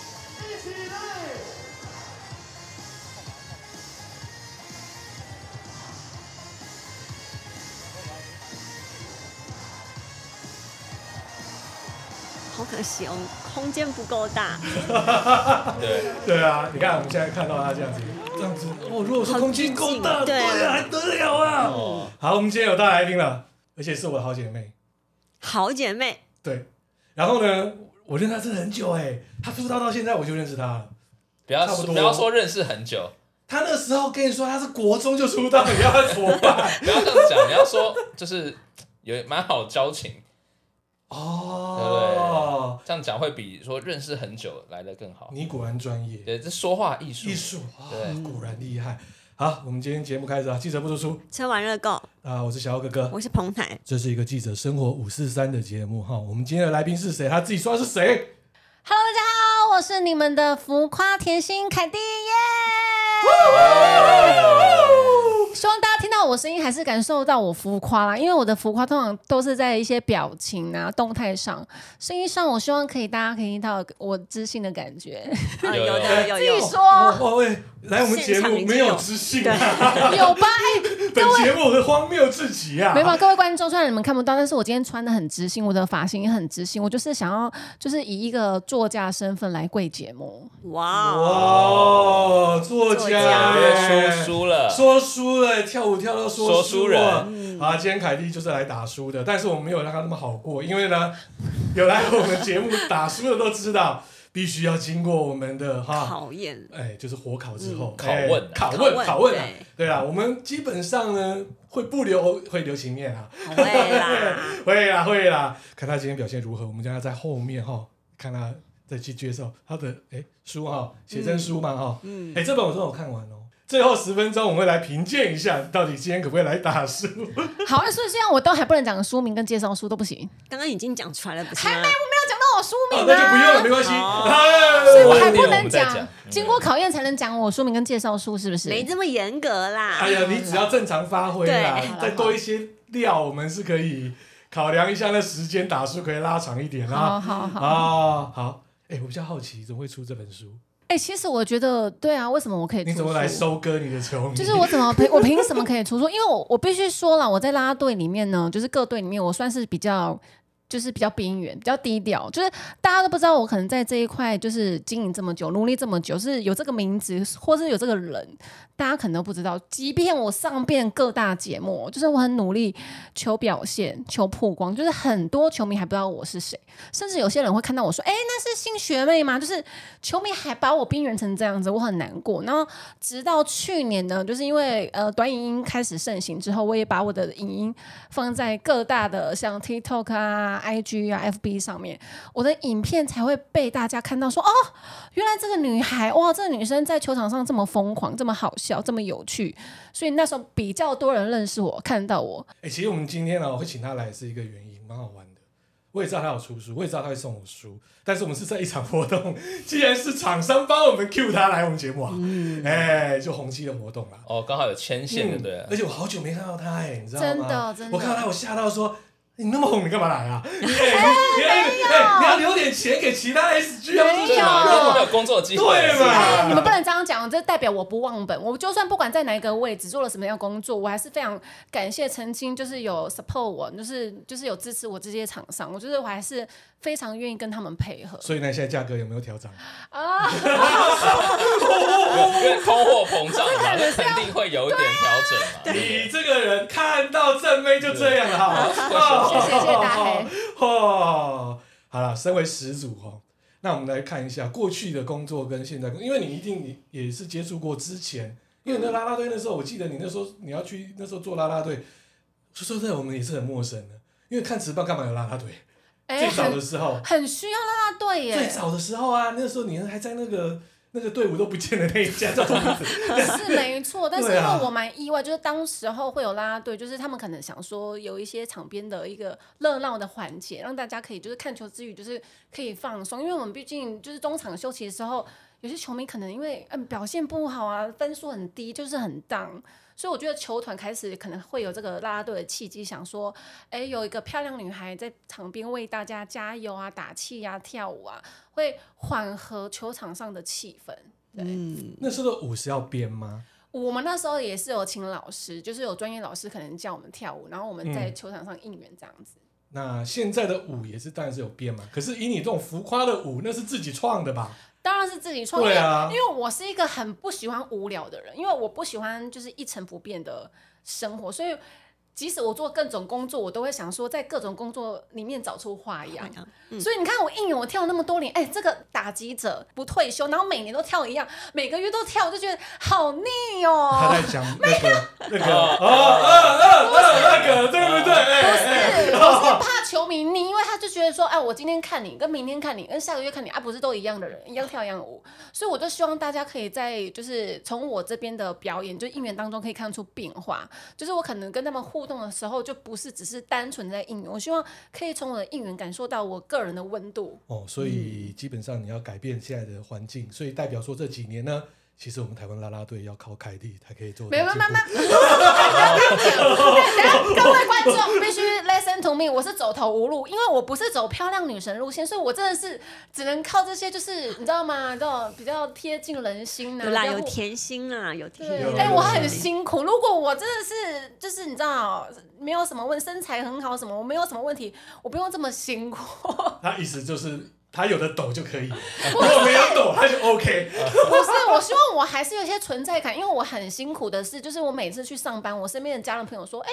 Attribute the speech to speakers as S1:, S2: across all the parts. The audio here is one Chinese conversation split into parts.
S1: 起来！
S2: 好可惜哦，空间不够大，
S3: 对，
S1: 对啊，你看我们现在看到他这样子，这样子，哦，如果说空间够大，
S2: 很近
S1: 对
S2: 对啊
S1: 啊，还得了啊！
S3: 哦，
S1: 好，我们今天有大来宾了，而且是我的好姐妹，
S2: 好姐妹，
S1: 对。然后呢，我认识她真的很久哎、她出道到现在我就认识她了。
S3: 不要
S1: 差不
S3: 说
S1: 多
S3: 不要说认识很久，
S1: 她那时候跟你说她是国中就出道，你要她怎么办？
S3: 不要这样讲，你要说就是有蛮好交情，
S1: 哦，
S3: 这样讲会比说认识很久来的更好。
S1: 你果然专业，
S3: 对，这说话艺术
S1: 艺，术啊
S3: 对，
S1: 果然厉害。好，我们今天节目开始啊，记者不读书
S2: 吃完热狗，
S1: 啊，我是小欧哥哥，
S2: 我是彭台。
S1: 这是一个记者生活五四三的节目哈。我们今天的来宾是谁？他自己说他是谁？
S4: Hello，大家好，我是你们的浮夸甜心凯蒂耶。希望大家听到我声音，还是感受到我浮夸啦，因为我的浮夸通常都是在一些表情啊、动态上，声音上，我希望可以大家可以听到我知性的 感觉。
S2: 啊
S3: 有
S2: 有
S3: 有
S2: 的有
S4: 自己
S2: 有，
S4: 说
S1: 哦喂，来我们节
S2: 现场已
S1: 目
S2: 经
S1: 没有
S2: 有
S1: 知性啊，
S4: 有吧？
S1: 本节目的荒谬至极啊！
S4: 没吧？各位观众，虽然你们看不到，但是我今天穿的很知性，我的发型也很知性，我就是想要就是以一个作家身份来贵节目。
S2: 哇
S1: 哇
S2: 哦，
S1: 哦，作
S2: 作
S1: 家
S2: 家
S1: 耶
S3: 啊说书了，
S1: 说书了，跳舞跳到说
S3: 说
S1: 书
S3: 书
S1: 了
S3: 人。
S1: 啊，今天凯蒂就是来打书的，但是我没有让他那么好过，因为呢， 有来我们节目打书的都知道，必须要经过我们的哈，
S2: 讨厌，
S1: 哎，就是火烤之后、
S3: 嗯拷问啊
S1: 哎拷问，
S2: 拷
S1: 拷
S2: 问
S1: 问啊，对
S4: 嗯
S1: 啦，我们基本上呢会不留会留情面啊，
S2: 不会啦，
S1: 会啦会啦，看他今天表现如何，我们将他在后面哈，看他再去介绍他的哎书哈，写真书嘛哈，
S2: 嗯
S1: 哎、，这本我都有看完哦。最后十分钟我们会来评鉴一下，到底今天可不可以来打 书？哦
S4: 好，所以现在我都还不能讲书名跟介绍书都不行。
S2: 刚刚已经讲出来了，不是吗？
S4: 没有讲到我书
S1: 哦，
S4: 名
S1: 那
S4: 啊，
S1: 就不用了，没关系。
S2: 好
S1: 哎
S4: 所以我
S3: 我
S4: 还
S3: 有
S4: 不
S3: 念我
S4: 能
S3: 们在
S4: 讲
S3: 讲，
S4: 经过考验才能讲我书名跟介绍书，是不是？
S2: 没这么严格啦。
S1: 哎呀，你只要正常发挥
S2: 对
S1: 啦，再多一些料，我们是可以考量一下那时间打书可以拉长一点
S4: 好
S1: 啦。
S4: 好好。
S1: 啊，好。哎，我比较好奇，怎么会出这本书？
S4: 哎、其实我觉得，对啊，为什么我可以出
S1: 你
S4: 书？
S1: 怎么来收割你的球迷？
S4: 就是我怎么凭我凭什么可以出书？因为我我必须说了，我在啦啦队里面呢，就是各队里面，我算是比较就是比较边缘，比较低调，就是大家都不知道我可能在这一块就是经营这么久，努力这么久，是有这个名字或是有这个人，大家可能都不知道。即便我上遍各大节目，就是我很努力求表现、求曝光，就是很多球迷还不知道我是谁，甚至有些人会看到我说：“哎、那是新学妹吗？”就是球迷还把我边缘成这样子，我很难过。然后直到去年呢，就是因为呃短影音开始盛行之后，我也把我的影音放在各大的像 TikTok 啊、IG 啊、FB 上面，我的影片才会被大家看到说，哦，原来这个女孩哇，这个女生在球场上这么疯狂、这么好笑、这么有趣，所以那时候比较多人认识我，看到我。
S1: 哎、其实我们今天呢、会请他来是一个原因，蛮好玩的。我也知道他有出书，我也知道他会送我书，但是我们是在一场活动，既然是厂商帮我们 Q 他来我们节目啊，哎、
S4: 嗯
S1: 就红期的活动啦。
S3: 哦，刚好有牵线的，
S1: 嗯
S3: 对啊了
S1: 而，且我好久没看到他哎、你知道吗？
S4: 真的真的
S1: 我看到他，我吓到说。你那么红，你干嘛来 啊？你哎你哎你哎你要留点钱给其他 SG 啊，
S4: 没
S1: 不是
S3: 这
S4: 有
S3: 哪个都没有工作机会，
S1: 对嘛
S4: 哎、你们不能这样讲，这代表我不忘本。我就算不管在哪一个位置做了什么样的工作，我还是非常感谢曾经就是有 support 我，就是就是有支持我这些厂商，我觉得我还是非常愿意跟他们配 合
S1: 所以呢，现在价格有没有调涨？
S4: 啊。
S3: 因为通货膨胀嘛，
S2: 啊
S3: 那肯定会有一点调整嘛。
S1: 你这个人看到正妹就这样了哈。
S4: 谢谢谢谢大黑。
S1: 哦，好了，身为始祖哦，那我们来看一下过去的工作跟现在工，因为你一定也是接触过之前，因为你那啦啦队那时候，我记得你那时候你要去那时候做啦啦队，说说真的，我们也是很陌生的，因为看直棒干嘛有啦啦队？
S4: 哎、
S1: 最早的
S4: 很
S1: 时候，
S4: 很需要啦啦队
S1: 最
S4: 耶，
S1: 早的时候啊，那时候你还在那个那个队伍都不见的那一家叫什么名字？
S4: 是没错。但是因
S1: 对
S4: 为
S1: 啊
S4: 我蛮意外，就是当时候会有啦啦队，就是他们可能想说有一些场边的一个热闹的环节，让大家可以就是看球之余就是可以放松，因为我们毕竟就是中场休息的时候，有些球迷可能因为嗯表现不好啊，分数很低，就是很 down，所以我觉得球团开始可能会有这个啦啦队的契机，想说，哎，有一个漂亮女孩在场边为大家加油啊、打气啊、跳舞啊，会缓和球场上的气氛。对，
S2: 嗯，
S1: 那时候的舞是要编吗？
S4: 我们那时候也是有请老师，就是有专业老师可能教我们跳舞，然后我们在
S1: 嗯
S4: 球场上应援这样子。
S1: 那现在的舞也是当然是有编嘛，可是以你这种浮夸的舞，那是自己创的吧？
S4: 当然是自己创业，
S1: 对啊
S4: 因，为我是一个很不喜欢无聊的人，因为我不喜欢就是一成不变的生活，所以即使我做各种工作，我都会想说在各种工作里面找出花样。嗯所以你看我应援，我跳了那么多年，哎、这个打击者不退休，然后每年都跳一样，每个月都跳，我就觉得好腻
S1: 他
S4: 哦。
S1: 在讲那个那个
S3: 哦
S1: 哦哦哦哦那个对不对？哎哎
S4: 是，我是怕球迷腻，因为他就觉得说，哎，我今天看你，跟明天看你，跟下个月看你，啊，不是都一样的人，一样跳一样舞，所以我就希望大家可以在就是从我这边的表演，就应援当中可以看出变化，就是我可能跟他们互动的时候，就不是只是单纯在应援，我希望可以从我的应援感受到我个人的温度。
S1: 哦，所以基本上你要改变现在的环境，所以代表说这几年呢，其实我们台湾啦啦队要靠凯蒂才可以做到
S4: 没
S1: 这
S4: 有
S1: 步。
S4: 没有没有没有，没有等一下各位观众必须 listen to me，我是走投无路，因为我不是走漂亮女神路线，所以我真的是只能靠这些，就是你知道吗？这种比较贴近人心呐、啊
S2: 有啦，
S4: 比较
S2: 有
S4: 互
S2: 甜心啦，有甜
S4: 对
S1: 有，
S4: 哎、
S1: 有
S4: 我
S1: 有
S4: 很辛苦。如果我真的是就是你知道，没有什么问身材很好什么，我没有什么问题，我不用这么辛苦。
S1: 他意思就是他有的抖就可以， 如果没有抖他就 OK。
S4: 不是，我希望我还是有一些存在感，因为我很辛苦的是，就是我每次去上班，我身边的家人朋友说，哎、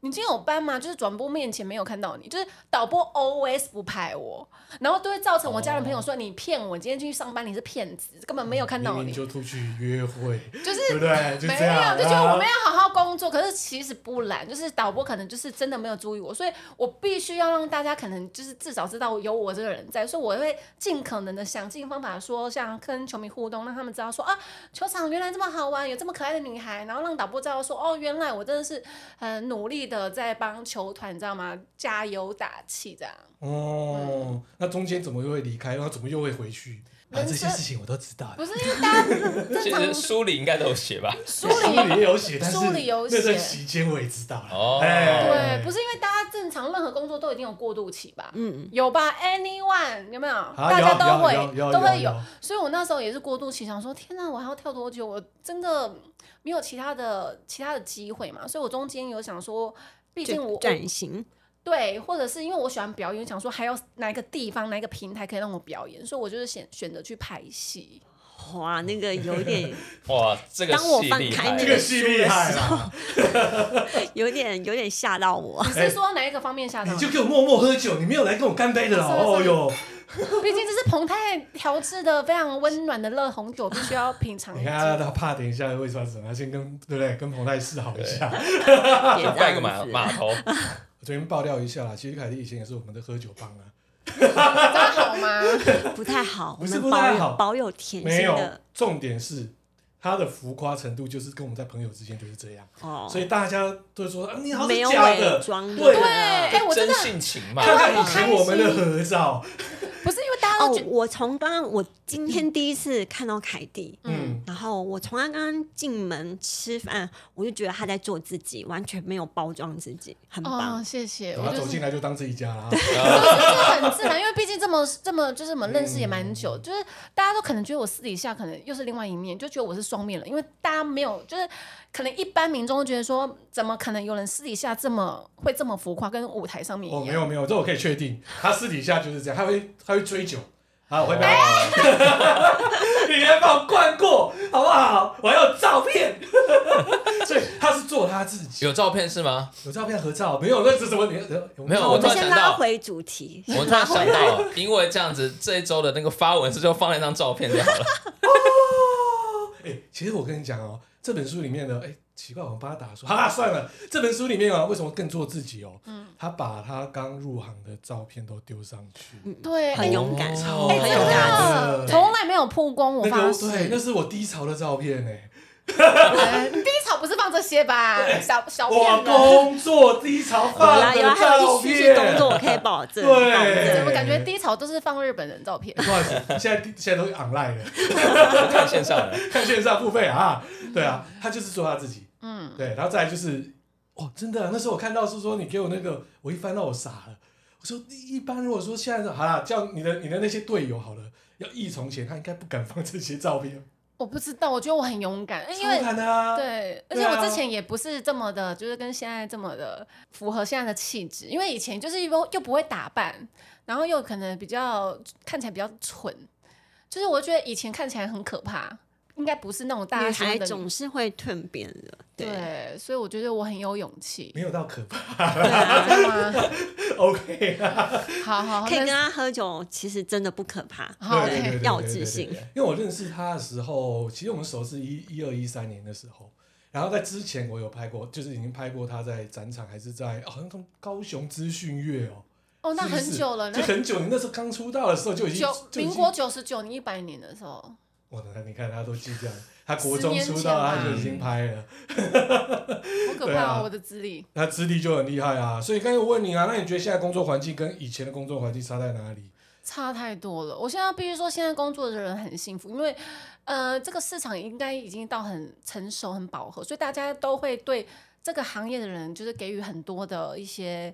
S4: 你今天有班吗？就是转播面前没有看到你，就是导播 always 不拍我，然后都会造成我家人朋友说、你骗我，你今天去上班你是骗子，根本没有看到
S1: 明
S4: 你，
S1: 明就出去约会，
S4: 就是
S1: 对不对？就
S4: 没
S1: 这样，
S4: 有，就觉得我没
S1: 啊
S4: 有好好工作，可是其实不然，就是导播可能就是真的没有注意我，所以我必须要让大家可能就是至少知道有我这个人在，所以我会尽可能的想尽方法说，像跟球迷互动，让他们知道说啊，球场原来这么好玩，有这么可爱的女孩，然后让导播知道说哦，原来我真的是很努力的在帮球团，你知道吗？加油打气这样。
S1: 哦，那中间怎么又会离开？然后怎么又会回去？啊，
S4: 人
S1: 这些
S4: 生
S1: 事情我都知道。
S4: 不是因为大家
S3: 其
S4: 正
S3: 实
S4: 常
S3: 书里应该都有写吧？
S4: 梳
S1: 书
S4: 理
S1: 里也有写，但是
S4: 书里有写
S1: 那段期间我也知道了。
S3: 哦
S1: 哎
S4: 对，不是因为大家正常任何工作都一定有过渡期吧？
S2: 嗯，
S4: 有吧？Anyone 有没有？
S1: 啊
S4: 大家
S1: 有
S4: 都
S1: 有有有
S4: 会都会
S1: 有
S4: 有
S1: 有。
S4: 所以我那时候也是过渡期，想说天哪，我还要跳多久？我真的没有其他的其他的机会嘛。所以我中间有想说，毕竟
S2: 就
S4: 我
S2: 转型，
S4: 对，或者是因为我喜欢表演，想说还有哪一个地方、哪一个平台可以让我表演，所以我就是选选择去拍戏。
S2: 哇，那个有 点，
S3: 哇，这个
S2: 当我
S3: 戏
S2: 翻
S3: 厉
S2: 开
S3: 害
S2: 那
S1: 这
S3: 了
S1: 个
S2: 个，
S1: 戏厉害啊！
S2: 有点有点吓到 我。
S4: 你
S1: 哎
S4: 是说哪一个方面吓
S1: 你
S4: 到你？
S1: 就给我默默喝酒，你没有来跟我干杯的啦！
S4: 是是是
S1: 哦哟，
S4: 毕竟这是彭泰调制的非常温暖的热红酒，必须要品尝一
S1: 你看
S4: 下
S1: 他。他怕等一下会发生，他先跟对不对？跟彭泰示好一下。
S2: 别
S3: 就
S2: 这
S3: 拜
S2: 样
S3: 个码
S2: 子
S3: 码 头，
S1: 我昨天爆料一下啦，其实凯蒂以前也是我们的喝酒帮啊，
S4: 这样 好吗？
S2: 不太好，
S1: 不是
S2: 我们
S1: 不太
S2: 保有
S1: 好
S2: 保有甜
S1: 没
S2: 心
S1: 有
S2: 的。
S1: 重点是他的浮夸程度，就是跟我们在朋友之间就是这样，
S2: 哦，
S1: 所以大家都说啊，你好
S2: 没
S1: 是
S2: 有
S1: 假
S2: 伪
S1: 的，
S2: 装
S1: 对
S4: 哎、
S2: 的。
S4: 我真
S3: 真
S4: 的
S3: 性情嘛，
S1: 看看
S4: 我
S1: 以
S4: 很
S1: 前我们的合照，
S4: 不是因为大家
S2: 哦嗯
S4: 都觉，得、
S2: 我从刚刚我今天第一次看到凯蒂，
S1: 嗯，
S2: 然后我从他刚刚进门吃饭，我就觉得他在做自己，完全没有包装自己，很棒
S4: 哦，。谢谢，
S1: 然
S4: 我
S1: 后
S4: 就
S1: 走
S4: 是
S1: 进来就当自己家啊啦。
S4: 就是很自然，因为毕竟这么这么就是我们认识也蛮久，就是大家都可能觉得我私底下可能又是另外一面，就觉得我是双面人，因为大家没有就是可能一般民众会觉得说，怎么可能有人私底下这么会这么浮夸，跟舞台上面
S1: 哦，
S4: 一
S1: 没
S4: 样？
S1: 有没有，这我可以确定，他私底下就是这样，他会他会追酒，啊，我会把
S3: 哎
S1: 你别把我灌过，好不好？我要有照片， 所以他是做他自己，
S3: 有照片是吗？
S1: 有照片合照，没有那是什么？你
S3: 没有
S2: 我
S3: 我突
S2: 们
S3: 然
S2: 先
S3: 想
S2: 拉
S3: 到
S2: 回主 题，
S3: 我突然想到了，因为这样子，这一周的那个发文是就放了一张照片就好 了。
S1: 哎、其实我跟你讲哦，这本书里面的哎、奇怪，我们帮他打说，好啦，算 了。这本书里面啊，为什么更做自己哦？
S4: 嗯
S1: 他把他刚入行的照片都丢上去，
S4: 对，
S2: 很
S4: 哎
S2: 勇敢，
S1: 哦
S2: 很有价值。
S1: 对
S4: 从来没有曝光，我
S1: 那
S4: 发
S1: 个对，
S4: 誓。
S1: 那是我低潮的照片哎、
S4: 哎你第一场不是放这些吧？小小
S1: 我
S4: 骗人。
S1: 工作低潮
S2: 有
S1: 放
S2: 啦有
S1: 的
S2: 啦，还有
S1: 照
S2: 一些
S1: 片。
S2: 工作我可以保证，
S1: 对
S2: 保证
S4: 怎么感觉第一场都是放日本人照片？
S1: 不好意思，现在现在都 online 了，
S3: 看线上了，
S1: 看线上付费啊，对啊，他就是做他自己，
S4: 嗯，
S1: 对，然后再来就是，哦，真的啊、那时候我看到是说你给我那个，我一翻到我傻了。我说一般如果说现在的好啦，叫你的你的那些队友好了，要忆从前，他应该不敢放这些照片，
S4: 我不知道，我觉得我很勇敢，因
S1: 超
S4: 为
S1: 敢的啊。
S4: 对，而
S1: 对
S4: 且
S1: 啊
S4: 我之前也不是这么的，就是跟现在这么的符合现在的气质，因为以前就是又又不会打扮，然后又可能比较看起来比较蠢，就是我觉得以前看起来很可怕，应该不是那种大
S2: 女
S4: 叔
S2: 孩
S4: 的
S2: 总是会蜕变的，对
S4: 对，所以我觉得我很有勇气
S1: 没，有到可怕
S4: 对 啊，真的吗？
S1: ，OK 啊，
S4: 好好，好
S2: 可以
S4: 那
S2: 跟他喝酒，其实真的不可怕。
S4: 好
S1: 对对对对
S4: OK，
S1: 对
S2: 要
S1: 对
S2: 自
S1: 对
S2: 信
S1: 对因为我认识他的时候，其实我们熟是一一二一三年的时候，然后在之前我有拍过，就是已经拍过他在展场还是在哦好像从高雄资讯月哦，
S4: 哦，那
S1: 是不
S4: 很
S1: 是
S4: 久了，那
S1: 就很久，你那时候刚出道的时候就已经
S4: 九
S1: 就已
S4: 民
S1: 经
S4: 国九十九年一百年的时候，
S1: 我的，你看他都记这样，他国
S4: 十
S1: 中
S4: 年
S1: 出
S4: 前
S1: 道
S4: 吧
S1: 他就已经拍了，
S4: 好可
S1: 对
S4: 怕、哦
S1: 啊
S4: 我的资历。
S1: 他资历就很厉害啊。所以刚才我问你啊，那你觉得现在工作环境跟以前的工作环境差在哪里？
S4: 差太多了。我现在必须说，现在工作的人很幸福，因为呃，这个市场应该已经到很成熟、很饱和，所以大家都会对这个行业的人就是给予很多的一些，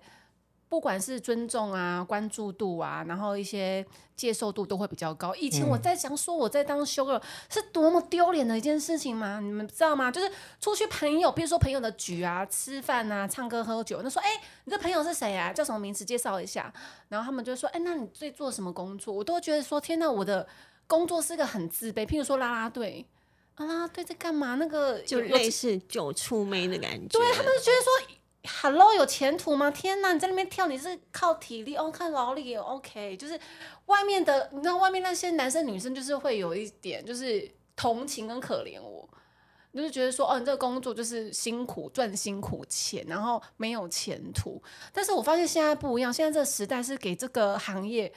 S4: 不管是尊重啊、关注度啊，然后一些接受度都会比较高。以前
S1: 嗯
S4: 我在想说我在当修 girl 是多么丢脸的一件事情吗？你们知道吗？就是出去朋友，比如说朋友的局啊、吃饭啊、唱歌喝酒，那说哎、你这朋友是谁啊？叫什么名字？介绍一下。然后他们就说：“哎，那你最做什么工作？”我都觉得说：“天哪，我的工作是个很自卑。”譬如说啦啦队，啊啦啦队在干嘛？那个
S2: 就
S4: 有有
S2: 类似酒醋妹的感觉。对他们
S4: 就觉得说，Hello 有前途吗？天哪，你在那边跳，你是靠体力哦，靠劳力也 OK。就是外面的，你知道外面那些男生女生就是会有一点就是同情跟可怜我，就是觉得说，哦，你这个工作就是辛苦赚辛苦钱，然后没有前途。但是我发现现在不一样，现在这个时代是给这个行业，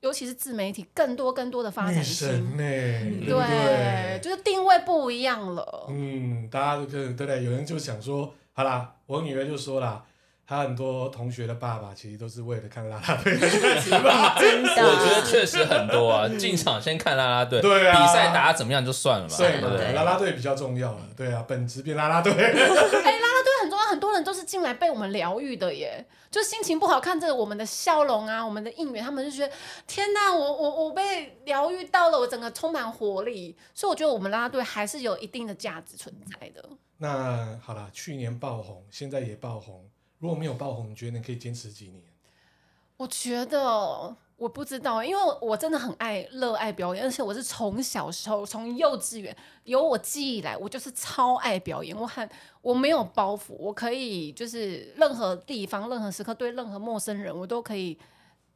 S4: 尤其是自媒体更多更多的发
S1: 女
S4: 展性嗯
S1: 神。呢、对不
S4: 对，
S1: 对？
S4: 就是定位不一样了。
S1: 嗯，大家都可能对不对？有人就想说，好啦，我女儿就说啦，她很多同学的爸爸其实都是为了看啦啦 队的价值吧。
S2: 哎真的，
S3: 我觉得确实很多啊，进场先看啦啦队，
S1: 对啊啊
S3: 比赛打怎么样就算了嘛，
S1: 所以
S3: 对不对？啊
S1: 啦啦队比较重要了，对啊，本职变啦啦队，
S4: 对，很重要。很多人都是进来被我们疗愈的耶，就心情不好，看着我们的笑容啊，我们的应援，他们就觉得天哪，我我我被疗愈到了，我整个充满活力。所以我觉得我们啦啦队还是有一定的价值存在的。
S1: 那好啦，去年爆红，现在也爆红。如果没有爆红，你觉得你可以坚持几年？
S4: 我觉得哦我不知道，因为我真的很爱热爱表演，而且我是从小时候从幼稚园有我记忆以来，我就是超爱表演。我很我没有包袱，我可以就是任何地方、任何时刻对任何陌生人，我都可以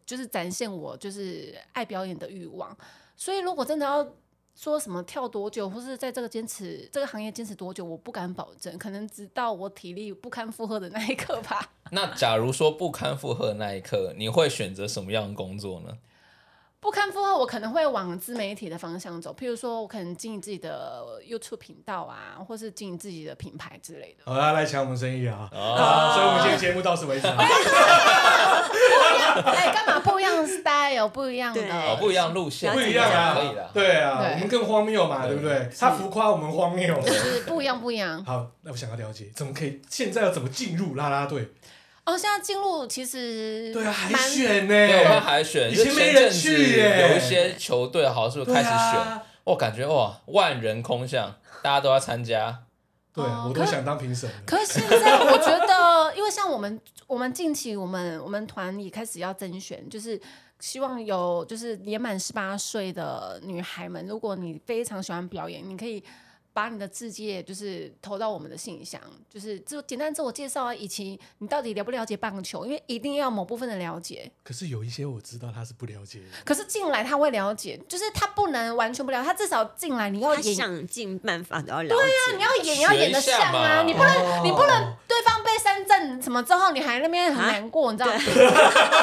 S4: 就是展现我就是爱表演的欲望。所以如果真的要说什么跳多久，或是在这个坚持这个行业坚持多久，我不敢保证，可能直到我体力不堪负荷的那一刻吧。
S3: 那假如说不堪负荷的那一刻，你会选择什么样的工作呢？
S4: 不堪负荷，我可能会往自媒体的方向走，譬如说，我可能经营自己的 YouTube 频道啊，或是经营自己的品牌之 类的。
S1: 好啦，来抢我们生意啊！
S3: 哦
S1: 啊，所以我们今天节目到此为止啊。
S4: 哎，干嘛不一样的 style，不一样
S2: 对
S4: 的
S3: 哦，，不一样路线，
S2: 了
S1: 哎不
S2: 解
S1: 一样
S3: 可
S1: 啊
S3: 以啦，。
S1: 对啊，
S4: 对
S1: 我们更荒谬嘛，对不对？他浮夸，我们荒谬。
S4: 就是不一样，不一样。
S1: 好，那我想要了解，怎么可以现在要怎么进入啦啦队？
S4: 哦，现在进入其实
S1: 对啊，海
S4: 蛮
S1: 选呢、
S3: 对，我们海选，
S1: 以
S3: 就
S1: 前
S3: 前
S1: 没
S3: 阵
S1: 人
S3: 子
S1: 去耶
S3: 有一些球队好像是
S1: 对
S3: 开始选，
S1: 啊，
S3: 我感觉哇，万人空巷，大家都要参加。
S1: 对啊
S4: 哦
S1: 我
S4: 可
S1: 都
S4: 是
S1: 想当评审了。
S4: 可是现在我觉得，因为像我们我们近期我们我们团也开始要甄选，就是希望有就是年满十八岁的女孩们，如果你非常喜欢表演，你可以。把你的自介就是投到我们的信箱，就是就简单自我介绍啊，以及你到底了不了解棒球，因为一定要某部分的了解。
S1: 可是有一些我知道他是不了解的，
S4: 可是进来他会了解，就是他不能完全不了解，他至少进来你要
S2: 他
S4: 演，
S2: 想尽办法都要了解。
S4: 啊你要演要演得
S3: 学一
S4: 像
S3: 下
S4: 啊，
S3: 嘛
S4: 你不能
S1: 哦
S4: 你不能对方被三振什么之后，你还那边
S1: 啊
S4: 很难过，你知道吗？ 你就是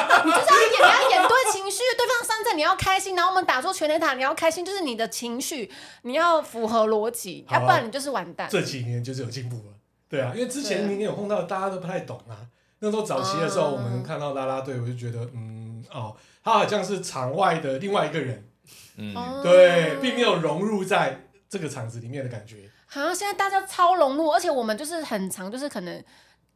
S4: 要演，你要演对情绪，对方三振你要开心，然后我们打出全垒打你要开心，就是你的情绪你要符合逻辑，
S1: 好
S4: 要
S1: 啊
S4: 不然你就是完蛋。
S1: 这几年就是有进步了。对啊，因为啊之前
S4: 对
S1: 你也有碰到，大家都不太懂啊。那时候早期的时候，
S4: 哦
S1: 我们看到啦啦队，我就觉得，嗯，哦，他好像是场外的另外一个人，
S3: 嗯，
S4: 哦
S1: 对，并没有融入在这个场子里面的感觉。
S4: 啊，现在大家超融入，而且我们就是很长，就是可能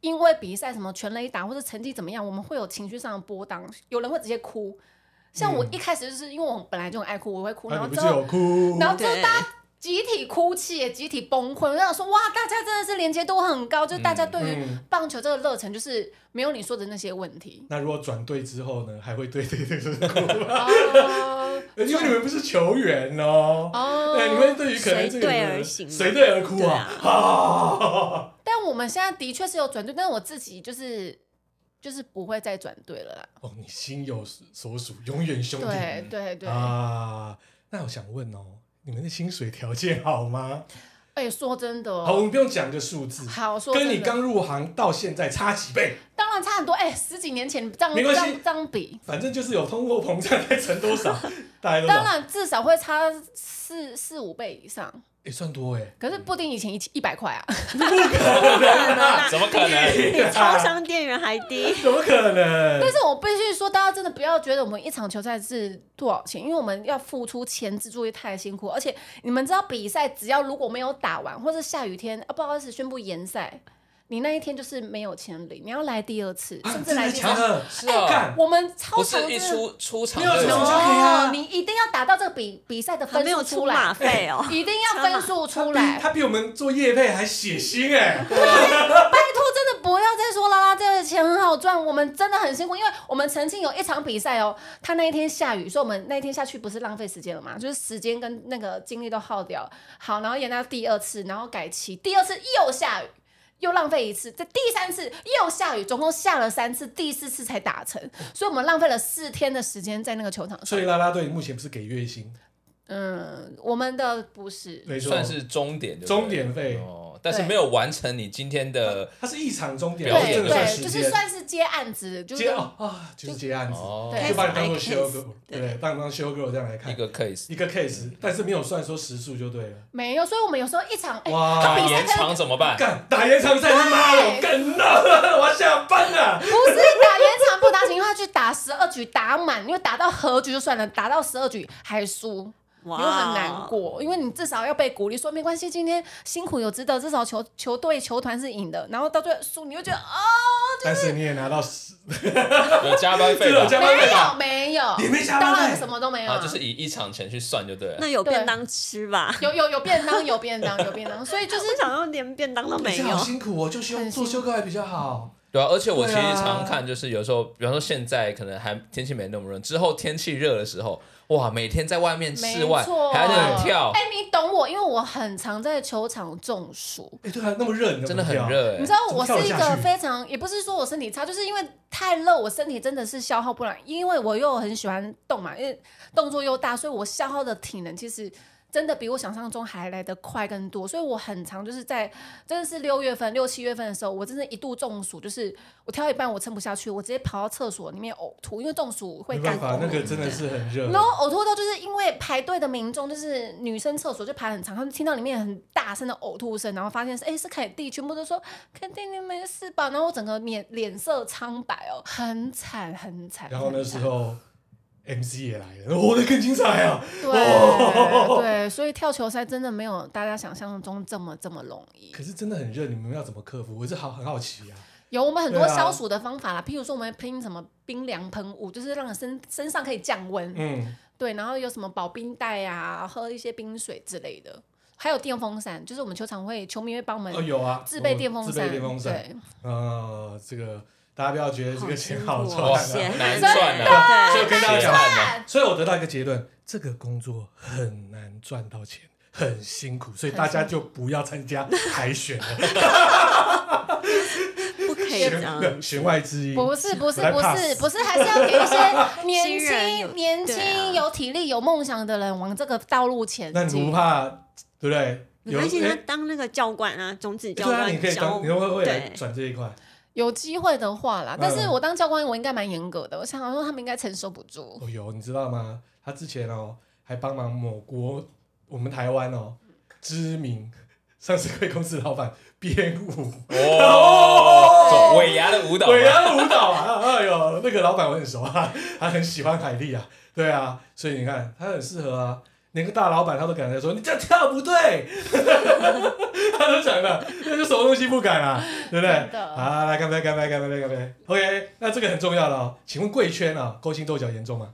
S4: 因为比赛什么全垒打或者成绩怎么样，我们会有情绪上的波荡，有人会直接哭。像我一开始就是因为我本来就很爱哭，我会哭，然
S1: 那嗯
S4: 后
S1: 啊你不
S4: 之
S1: 是
S4: 后
S1: 有哭？
S4: 然后之后
S2: 对
S4: 大家集体哭泣，集体崩溃。我想说，哇，大家真的是连接度很高，就是大家对于
S1: 嗯。
S4: 棒球这个热忱，就是没有你说的那些问题
S1: 那如果转队之后呢，还会对对对对哭，
S4: 啊
S1: 因为你们不是球员哦。
S4: 哦
S1: 对，你会对于可能
S2: 随
S1: 这个
S2: 队而行
S1: 随队而哭啊！啊，
S4: 但我们现在的确是有转队，但是我自己就是就是不会再转队了啦。
S1: 哦，你心有所属，永远兄弟。
S4: 对对对，哎、
S1: 嗯啊，那我想问哦，你们的薪水条件好吗？
S4: 哎说真的
S1: 好，我
S4: 哦，
S1: 们不用讲个数字，
S4: 好说真
S1: 跟
S4: 的，
S1: 你刚入行到现在差几倍，
S4: 当然差很多，哎、十几年前这样
S1: 没关系
S4: 这样这样比，
S1: 反正就是有通货膨胀在乘多少， 大家都
S4: 当
S1: 懂。
S4: 然至少会差四四五倍以上。
S1: 也算多哎，
S4: 可是布丁以前一一百块啊，
S2: 不可能啦，
S3: 怎么可 能？
S2: 比超商店员还 低。
S1: 怎么可能？
S4: 但是我必须说，大家真的不要觉得我们一场球赛是多少钱，因为我们要付出前置作业太辛苦，而且你们知道比赛只要如果没有打完，或者下雨天啊不好意思宣布延赛，你那一天就是没有钱领，你要来第二次，
S1: 啊
S4: 甚至
S1: 真
S4: 来
S1: 的
S4: 第
S1: 假
S4: 三次。
S1: 的？
S3: 是哦
S1: 哎干
S4: 我们超
S3: 不
S4: 常
S3: 是一
S4: 真的
S3: 出出场
S1: 没有
S3: 就
S1: 出场
S3: 有
S1: 啊
S4: 哦，你一定要达到这个比比赛的
S2: 还
S4: 分
S2: 啊没有
S4: 数
S2: 出
S4: 出
S2: 马
S4: 来，
S2: 费哦，
S4: 一定要分数出
S1: 他
S4: 来
S1: 比。他比我们做业配还血腥 哎！
S4: 拜托，真的不要再说啦啦队的钱很好赚，我们真的很辛苦，因为我们曾经有一场比赛哦，他那一天下雨，所以我们那一天下去不是浪费时间了嘛，就是时间跟那个精力都耗掉。好，然后演到第二次，然后改期，第二次又下雨。又浪费一次，这第三次又下雨，总共下了三次，第四次才打成，所以我们浪费了四天的时间在那个球场上
S1: 所。以啦啦队目前不是给月薪，
S4: 嗯，我们的不是，
S1: 没错，
S3: 算是终点就对了，
S1: 终点费
S3: 哦，但是没有完成你今天的
S1: 它是一场终点，
S3: 了
S1: 不是
S3: 解
S1: 真
S4: 对
S1: 的算
S4: 对，
S1: 时
S4: 就
S1: 间，
S4: 是算是接案子，就是
S1: 接哦啊，就是接案子，
S3: 哦，
S4: 对
S1: 就把你当做
S2: Case
S1: show
S2: by
S1: girl，
S2: case，
S1: 对，当当 show girl 这样来
S3: 一
S1: 看
S3: 个 case，
S1: 一个 case，但是没有算说时数就对了。
S4: 没有，所以我们有时候一场，哎、
S1: 哇
S3: 打
S4: 比赛
S3: 延长怎么办？
S1: 干打延长赛，他妈的，我干了，我要下班了。
S4: 不是打延长不打紧，因为他去打十二局打满，因为打到和局就算了，打到十二局还输。你
S2: 哇哦
S4: 会很难过，因为你至少要被鼓励，说没关系，今天辛苦有值得，至少球球队球团是赢的。然后到最后输，你会觉得哦，
S1: 但是你也拿到十，
S3: 有加班费
S1: 这有
S3: 吧？
S1: 加班费啊
S4: 没有
S1: 吧？
S4: 没有，
S1: 也没加班
S4: 当
S1: 费
S4: 然什么都没有
S3: 然
S4: 啊，
S3: 后就是以一场钱去算就对了
S2: 那。有
S4: 对
S2: 便当吃吧？
S4: 有有有便当，有便当，有便当，所以就是
S2: 我想要连便当都没
S1: 这
S2: 有
S1: 好。辛苦哦，就休
S4: 很辛
S1: 做
S4: 苦
S1: 休哥还比较好。
S3: 对啊，而且我其
S1: 对
S3: 实
S1: 啊
S3: 常看，就是有时候，比方说现在可能还天气没那么热，之后天气热的时候，哇，每天在外面室外
S4: 没错
S3: 还在那里跳，
S4: 哎、你懂我，因为我很常在球场中暑。
S1: 哎，对啊，那么热，你
S3: 真
S1: 怎
S3: 的
S1: 么
S3: 很
S1: 跳。
S3: 热、
S4: 你知
S3: 哎，
S4: 道
S1: 怎么
S4: 我是
S1: 跳得
S4: 一
S1: 下
S4: 个
S1: 去
S4: 非常，也不是说我身体差，就是因为太热，我身体真的是消耗不来。因为我又很喜欢动嘛，因为动作又大，所以我消耗的体能其实真的比我想象中还来得快更多。所以我很常就是在真的是六月份、六七月份的时候，我真的一度中暑，就是我跳一半我撑不下去，我直接跑到厕所里面呕吐，因为中暑会
S1: 没
S4: 干
S1: 办法
S4: 呕，
S1: 那个真的是很热。
S4: 然后呕吐到就是因为排队的民众就是女生厕所就排很长，他们听到里面很大声的呕吐声，然后发现是哎是凯蒂，全部都说凯蒂你没事吧？然后我整个脸脸色苍白哦，很惨很惨。
S1: 然后那
S4: 很惨
S1: 时候，MC 也来了，哦，那更精彩啊！
S4: 对对，所以跳球赛真的没有大家想象中这么这么容易。
S1: 可是真的很热，你们要怎么克服？我是好很好奇啊。
S4: 有我们很多
S1: 对啊
S4: 消暑的方法啦，譬如说我们拼什么冰凉喷雾，就是让身身上可以降温。
S1: 嗯，
S4: 对，然后有什么保冰袋啊，喝一些冰水之类的，还有电风扇，就是我们球场会球迷会帮我
S1: 哦
S4: 们
S1: 有啊，
S4: 自备电风
S1: 自
S4: 扇，
S1: 备电风扇。
S4: 对，
S1: 啊，这个大家不要觉得这个钱好
S2: 辛
S1: 赚
S2: 苦哦
S3: 哇
S1: 啊，
S2: 血汗
S3: 难赚啊！
S1: 对就跟大家讲
S3: 讲，
S1: 所以我得到一个结论：这个工作很难赚到钱，很辛苦，所以大家就不要参加海选了。
S2: 不可以这样。
S1: 弦弦外之音，
S4: 不是不是
S1: 我来
S4: 不
S1: pass
S4: 是不是，还是要给 一些年
S2: 新人有
S4: 轻、年
S2: 对啊
S4: 轻、有体力、有梦想的人往这个道路前
S1: 那你不
S4: 进。
S1: 怕对不对？
S2: 没关系，
S1: 哎
S2: 他当那个教官啊，种子教
S1: 对啊，
S2: 官
S1: 你可以
S2: 教
S1: 当，你会会来
S2: 对
S1: 转这一块。
S4: 有机会的话啦，但是
S1: 嗯
S4: 我当教官，我应该蛮严格的。我想说他们应该承受不住。
S1: 哦哟，你知道吗？他之前哦还帮忙某国我们台湾哦知名上市贵公司老板编舞，
S3: 哇，哦走尾牙的舞蹈嘛，
S1: 哦尾牙舞蹈 啊！哎呦， 那个老板我很熟啊，他很喜欢海莉啊，对啊，所以你看他很适合啊。连个大老板他都敢来说你这样跳不对， 他都讲了，那就什么东西不敢啊，对不对
S4: 真？的
S1: 啊，来干杯，干杯，干杯，干杯！OK，那这个很重要了、哦。请问贵圈啊，勾心斗角严重吗？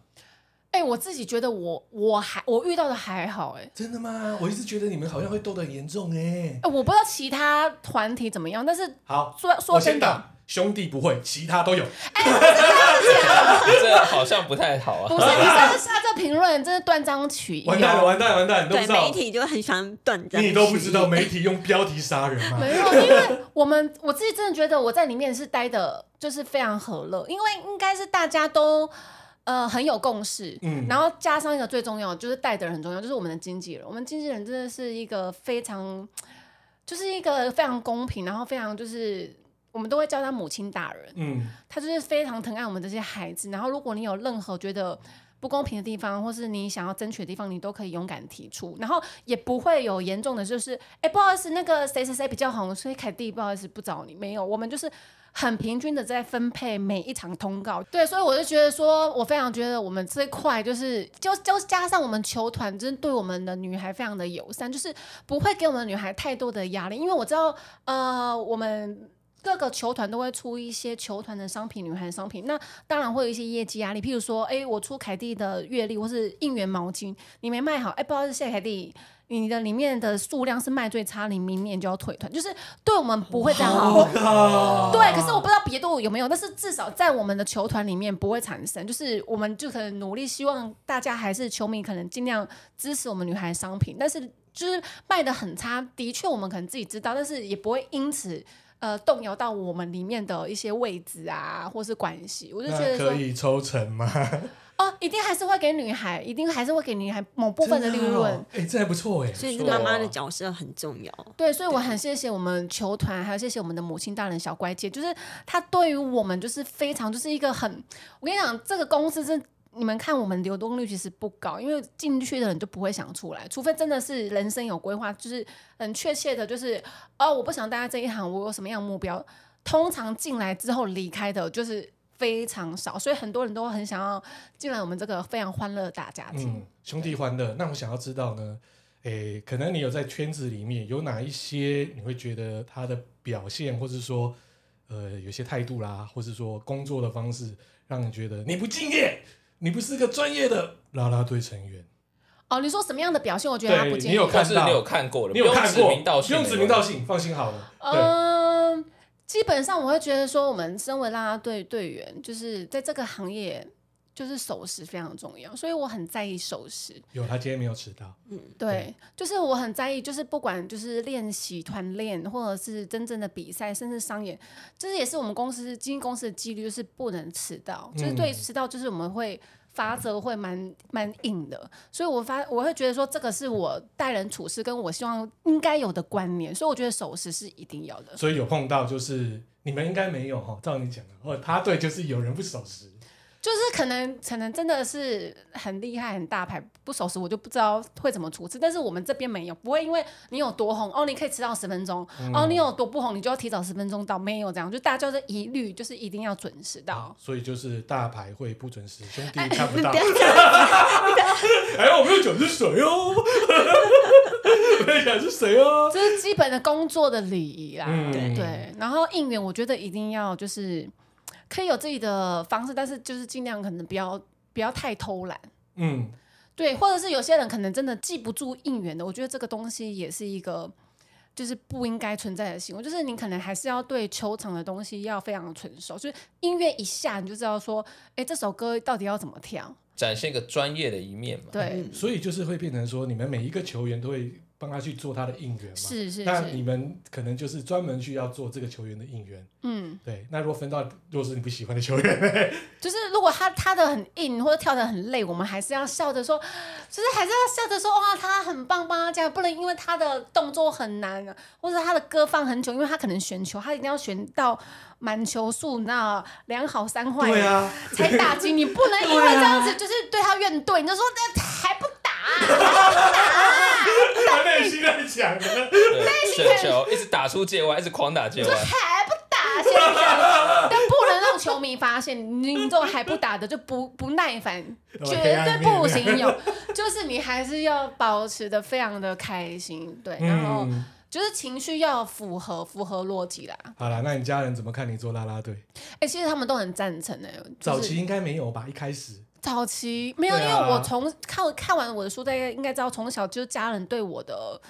S4: 哎、我自己觉得我我还我遇到的还好、哎。
S1: 真的吗？我一直觉得你们好像会斗得很严重哎。
S4: 哎，我不知道其他团体怎么样，但是
S1: 好，
S4: 说
S1: 我
S4: 说
S1: 先
S4: 真的，
S1: 打 兄弟不会，其他都有。
S3: 这好像不太好
S4: 不
S3: 啊。
S4: 是你上次下这评论，真是断章取义、哦。
S1: 完蛋了，完蛋了，完蛋了，你都不
S2: 对
S1: 知道
S2: 媒，体就很喜欢断章，
S1: 你都不知道，媒体用标题杀人吗？
S4: 没有，因为我们我自己真的觉得我在里面是待的，就是非常和乐，因为应该是大家都呃很有共识，
S1: 嗯
S4: 然后加上一个最重要就是带的人很重要，就是我们的经纪人，我们经纪人真的是一个非常，就是一个非常公平，然后非常就是。我们都会叫他母亲大人，
S1: 嗯，
S4: 他就是非常疼爱我们这些孩子。然后，如果你有任何觉得不公平的地方，或是你想要争取的地方，你都可以勇敢提出，然后也不会有严重的，就是哎，不好意思，那个谁谁谁比较红，所以凯蒂不好意思不找你。没有，我们就是很平均的在分配每一场通告。对，所以我就觉得说，我非常觉得我们这一块就是，就就加上我们球团真的对我们的女孩非常的友善，就是不会给我们女孩太多的压力，因为我知道，呃，我们。各个球团都会出一些球团的商品，女孩的商品，那当然会有一些业绩压力。譬如说，哎，我出凯蒂的月历或是应援毛巾，你没卖好，哎，不好意思，谢谢凯蒂，你的里面的数量是卖最差，你明年就要退团。就是对我们不会这样，我
S1: 靠
S4: 对，可是我不知道别度有没有，但是至少在我们的球团里面不会产生，就是我们就可能努力，希望大家还是球迷可能尽量支持我们女孩商品，但是就是卖的很差，的确我们可能自己知道，但是也不会因此呃动摇到我们里面的一些位置啊，或是关系。我就觉
S1: 那
S4: 得说
S1: 可，以抽成吗？
S4: 哦，一定还是会给女孩，一定还是会给女孩某部分的利
S1: 真
S4: 润。
S1: 哦，哎，这还不错哎。
S2: 所以
S3: 不
S2: 这
S3: 错
S2: 妈妈
S3: 啊
S2: 的角色很重要。
S4: 对，所以我很谢谢我们球团，还有谢谢我们的母亲大人小乖姐，就是她对于我们就是非常就是一个很，我跟你讲，这个公司真。你们看，我们流动率其实不高，因为进去的人就不会想出来，除非真的是人生有规划，就是很确切的，就是哦，我不想待在这一行，我有什么样的目标。通常进来之后离开的，就是非常少，所以很多人都很想要进来我们这个非常欢乐的大家庭。
S1: 嗯，兄弟欢乐。那我想要知道呢，诶，可能你有在圈子里面有哪一些你会觉得他的表现，或是说呃有些态度啦，或是说工作的方式，让你觉得你不敬业，你不是个专业的啦啦队成员。
S4: 哦，你说什么样的表现？我觉得他
S1: 对
S4: 不
S1: 你
S4: 建议
S1: 有。
S3: 或
S1: 看
S3: 是
S1: 到
S3: 你，有看过的，
S1: 你有看过，
S3: 不用指名道
S1: 不
S3: 姓，
S1: 用指名道。姓，放心好了。对，
S4: 嗯，基本上我会觉得说，我们身为啦啦队队员，就是在这个行业，就是守时非常重要，所以我很在意守时。
S1: 有他今天没有迟到。
S4: 对，就是我很在意，就是不管就是练习、团练，或者是真正的比赛，甚至商演，这也是我们公司经纪公司的纪律，就是不能迟到。就是对
S1: 嗯
S4: 迟到，就是我们会。法则会蛮蛮硬的，所以我发我会觉得说这个是我待人处事跟我希望应该有的观念，所以我觉得守时是一定要的。
S1: 所以有碰到就是你们应该没有哈，照你讲的，或者他对就是有人不守时，
S4: 就是可能可能真的是很厉害很大牌，不守时我就不知道会怎么处置。但是我们这边没有，不会因为你有多红哦，你可以迟到十分钟、哦，你有多不红，你就要提早十分钟到，没有这样，就大家就是一律就是一定要准时到。
S1: 哦所以就是大牌会不准时，兄弟
S4: 哎
S1: 看不
S2: 不
S1: 到。
S2: 要这样，
S1: 哎，我没有讲是谁哦，没有讲是谁哦。
S4: 这是基本的工作的礼仪啦，
S1: 嗯
S4: 对。然后应援，我觉得一定要就是可以有自己的方式，但是就是尽量可能不要不要太偷懒。
S1: 嗯，
S4: 对，或者是有些人可能真的记不住应援的，我觉得这个东西也是一个就是不应该存在的行为，就是你可能还是要对球场的东西要非常纯熟，就是音乐一下你就知道说，哎，这首歌到底要怎么跳。
S3: 展现一个专业的一面嘛。
S4: 对，
S1: 所以就是会变成说，你们每一个球员都会帮他去做他的应援嘛。
S4: 是是
S1: 那你
S4: 是，
S1: 们可能就是专门去要做这个球员的应援，
S4: 嗯，
S1: 对。那如果分到如果是你不喜欢的球 员，
S4: 就是如果他他的很硬或者跳的很累，我们还是要笑着说，就是还是要笑着说，哇，他很棒吧，这样不能因为他的动作很难，啊或者他的歌放很久，因为他可能选球，他一定要选到满球数，那两好三坏，
S1: 对啊，
S4: 才打击，你不能因为这样子就是对他怨怼，你就说那还不打、啊
S1: 他内心在想的。
S3: 对， 选球一直打出界外，一直狂打界外，
S4: 还不打，先生，但不能让球迷发现，你这种还不打的就不不耐烦，
S1: 对
S4: 绝
S1: 哦黑暗
S4: 对
S1: 面
S4: 不行有， 就是你还是要保持的非常的开心，对，然后
S1: 嗯，
S4: 就是情绪要符合符合逻辑啦。
S1: 好了，那你家人怎么看你做啦啦队？
S4: 哎、其实他们都很赞成哎、就是
S1: 早期应该没有吧？一开始
S4: 早期没有，
S1: 对啊
S4: 因为我从看看完我的书，大家应该知道，从小就是家人对我的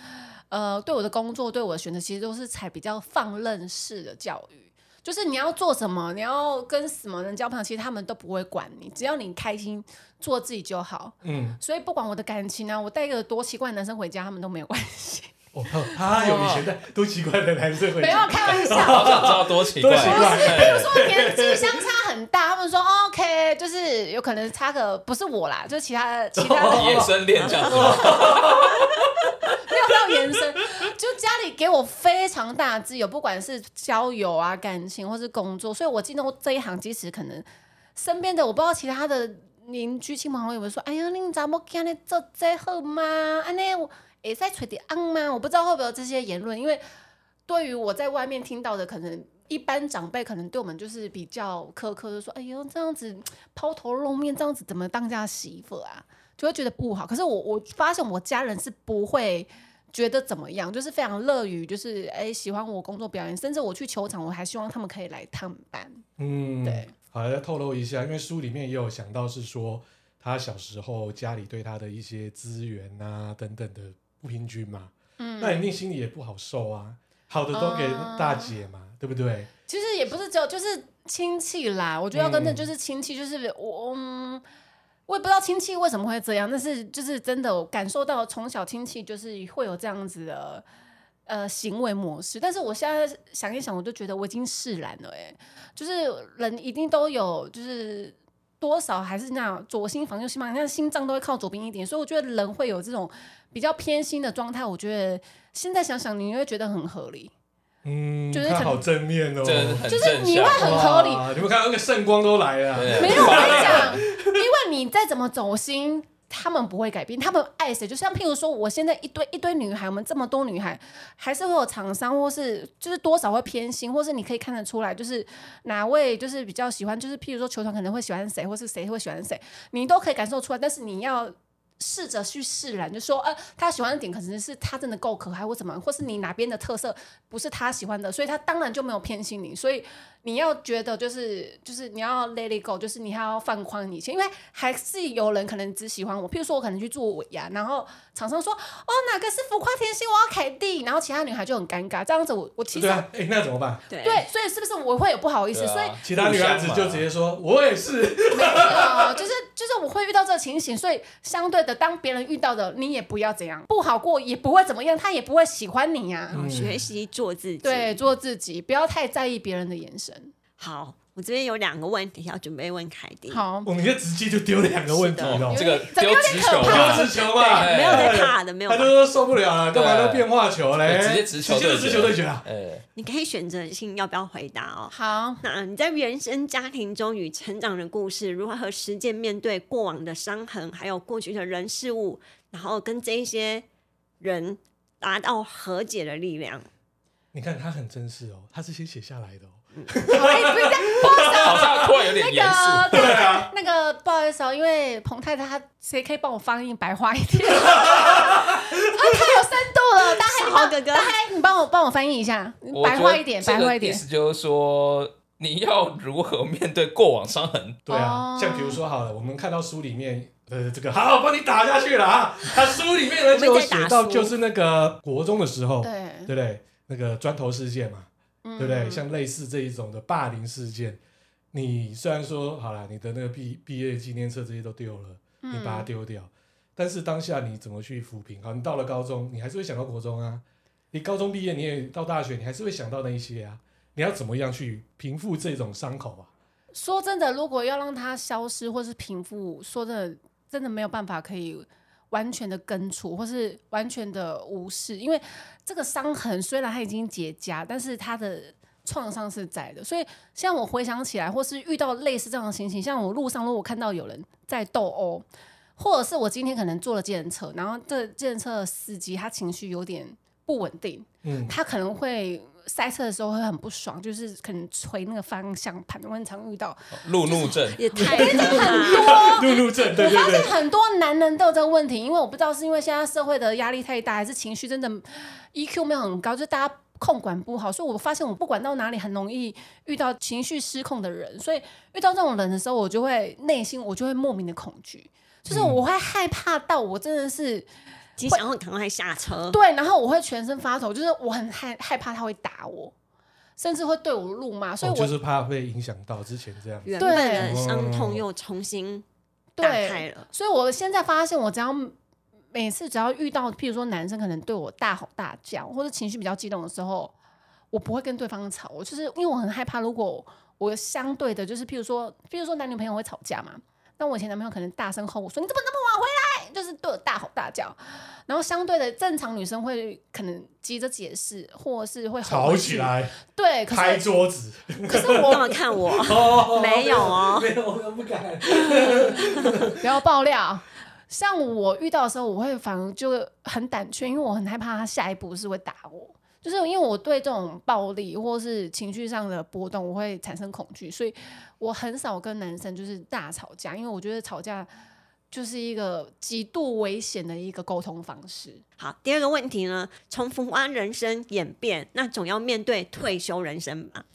S4: 呃对我的工作、对我的选择，其实都是采比较放任式的教育。就是你要做什么，你要跟什么人交朋友，其实他们都不会管你，只要你开心做自己就 好。
S1: 嗯，
S4: 所以不管我的感情啊，我带一个多奇怪的男生回家，他们都没有关系。
S1: 哦， 他有以前的多奇怪的男 生会
S4: 没有开玩笑，
S3: 好想知道多奇怪
S1: 多奇怪
S4: 他们说年纪相差很大，他们说哦 OK，就是有可能差个不是我啦，就是其他其他 的
S3: 野生恋这样子
S4: 哦
S3: 吗？
S4: 没有到延伸，就家里给我非常大的自由，不管是交友啊、感情或是工作，所以我进入这一行，即使可能身边的我不知道其他的邻居亲朋好友会说：“哎呀，你咋么今日做这好吗？哎安尼会使吹的昂嗯吗？”我不知道会不会有这些言论，因为对于我在外面听到的，可能一般长辈可能对我们就是比较苛刻，就说：“哎呦，这样子抛头露面，这样子怎么当家媳妇啊？”就会觉得不好。可是我我发现我家人是不会觉得怎么样，就是非常乐于，就是哎喜欢我工作表演，甚至我去球场，我还希望他们可以来探班。
S1: 嗯，
S4: 对。
S1: 好，要透露一下，因为书里面也有想到是说他小时候家里对他的一些资源啊等等的不平均嘛，嗯，那一定心里也不好受啊。好的都给
S4: 啊
S1: 大姐嘛，对不对？
S4: 其实也不是只有就是亲戚啦，我觉得要跟
S1: 嗯
S4: 的就是亲戚，就是我。嗯我也不知道亲戚为什么会这样，但是就是真的我感受到从小亲戚就是会有这样子的呃行为模式，但是我现在想一想，我就觉得我已经释然了、欸，就是人一定都有就是多少还是那样左心房右心房，像心脏都会靠左边一点，所以我觉得人会有这种比较偏心的状态，我觉得现在想想你会觉得很合理，
S1: 嗯，
S4: 就是
S1: 他
S4: 可能
S1: 好正面哦，
S3: 真的很
S4: 就是
S3: 正
S4: 你
S3: 向
S4: 会。很合理，
S1: 哇你们看那个圣光都来了，
S3: 对
S4: 没有，我跟你讲，因为你再怎么走心，他们不会改变，他们爱谁，就像譬如说，我现在一堆一堆女孩，我们这么多女孩，还是会有厂商，或是就是多少会偏心，或是你可以看得出来，就是哪位就是比较喜欢，就是譬如说球团可能会喜欢谁，或是谁会喜欢谁，你都可以感受出来，但是你要。试着去释然，就说，呃，他喜欢的点可能是他真的够可爱，或怎么样，或是你哪边的特色不是他喜欢的，所以他当然就没有偏心你，所以你要觉得就是就是你要 let it go，就是你还要放宽你以前，因为还是有人可能只喜欢我，譬如说我可能去做尾牙，然后厂商说哦哪个是浮夸甜心，我要凯蒂，然后其他女孩就很尴尬，这样子我我其实
S1: 对啊，哎，那怎么办？
S2: 对
S4: 对，所以是不是我会有不好意思？
S3: 对啊
S4: 所以
S1: 其他女孩子就直接说，我也是，
S4: 没有，就是就是我会遇到这个情形，所以相对的，当别人遇到的，你也不要怎样，不好过也不会怎么样，他也不会喜欢你呀、
S1: 嗯
S2: 学习做自己。
S4: 对，做自己，不要太在意别人的眼神。
S2: 好，我这边有两个问题要准备问凯蒂。
S4: 好，
S1: 我们就直接就丢两个问题
S2: 是
S1: 了
S3: 嗯这，个丢直球
S4: 怎么有点可怕
S3: 嘛
S1: 丢，直球嘛，
S3: 对
S2: 没有在怕的，没有
S1: 哎他
S2: 在
S1: 就说受不了啊了，干嘛
S3: 对啊
S1: 都变化球嘞？
S3: 对直接直球
S1: 直接就
S3: 对决
S1: 直球对决啊！
S3: 哎，
S2: 你可以选择性要不要回答哦。
S4: 好，
S2: 那你在原生家庭中与成长的故事，如何和实践面对过往的伤痕，还有过去的人事物，然后跟这一些人达到和解的力量？
S1: 你看他很真实哦，他是先写下来的哦。
S4: 好，哎、不是在
S3: 好像突然有点严肃 啊
S4: 那。个，对那个不好意思哦，因为彭太太她谁可以帮我翻译白话一 点？啊，太有深度了，大黑你
S2: 好
S4: 帮
S2: 哥哥，
S4: 大黑你帮我帮我翻译一下，
S3: 我
S4: 白
S3: 觉
S4: 话
S3: 得
S4: 一点，
S3: 这
S4: 白
S3: 个
S4: 话一点
S3: 意。思就是说，你要如何面对过往伤痕？
S1: 对啊，
S4: 哦
S1: 像比如说好了，我们看到书里面，呃，这个好，我帮你打下去了啊。他书里面呢
S2: 我们
S1: 就有
S2: 在打
S1: 写到，
S2: 书
S1: 就是那个国中的时候，
S4: 对，嗯
S1: 对不对？那个砖头事件嘛，
S4: 对
S1: 对不对？像类似这一种的霸凌事件，你虽然说好了，你的那个毕毕业纪念册这些都丢了，你把
S4: 嗯
S1: 它丢掉，但是当下你怎么去抚平？好，你到了高中，你还是会想到国中啊，你高中毕业，你也到大学，你还是会想到那一些啊，你要怎么样去平复这种伤口啊？
S4: 说真的，如果要让它消失或是平复，说真的，真的没有办法可以完全的根除，或是完全的无视，因为这个伤痕虽然它已经结痂，但是它的创伤是在的。所以，像我回想起来，或是遇到类似这样的情形，像我路上如果看到有人在斗殴，或者是我今天可能坐了计程车，然后这计程车的司机他情绪有点不稳定，
S1: 嗯，
S4: 他可能会塞车的时候会很不爽，就是可能捶那个方向盘，我很常遇到。
S3: 路怒 症，
S2: 也太可怕了。
S4: 多，
S1: 路怒症，对
S4: 我
S1: 对
S4: 发现
S1: 对，
S4: 很多男人都有这个问题，因为我不知道是因为现在社会的压力太大，还是情绪真的 EQ 没有很高，就是大家控管不好，所以我发现我不管到哪里，很容易遇到情绪失控的人。所以遇到这种人的时候，我就会内心我就会莫名的恐惧，就是我会害怕到我真的是、
S1: 嗯
S2: 极想要赶快下车，
S4: 对，然后我会全身发抖，就是我很害害怕他会打我，甚至会对我辱骂，所以
S1: 我
S2: 哦
S4: 我、
S1: 哦就是怕被影响到之前这样。
S2: 原
S4: 对
S2: 本的伤
S1: 哦
S2: 痛又重新打开
S4: 对
S2: 了，。
S4: 所以我现在发现，我只要每次只要遇到，譬如说男生可能对我大吼大叫，或者情绪比较激动的时候，我不会跟对方吵，我就是因为我很害怕，如果我相对的，就是譬如说，譬如说男女朋友会吵架嘛，那我以前男朋友可能大声吼我说：“你怎么那么晚回来？”就是对我大吼大叫。然后相对的，正常女生会可能急着解释，或是会吼
S1: 吵
S4: 回
S1: 起
S4: 去。
S1: 来，
S4: 对，可
S1: 拍
S4: 是
S1: 桌子。
S4: 可是
S2: 干
S4: 我
S2: 嘛看我？
S1: 哦
S2: 没有哦
S1: 没有，我不敢。
S4: 不要爆料。像我遇到的时候，我会反而就很胆怯，因为我很害怕他下一步是会打我。就是因为我对这种暴力或是情绪上的波动，我会产生恐惧，所以我很少跟男生就是大吵架，因为我觉得吵架就是一个极度危险的一个沟通方式。
S2: 好，第二个问题呢，从浮夸人生演变，那总要面对退休人生吧？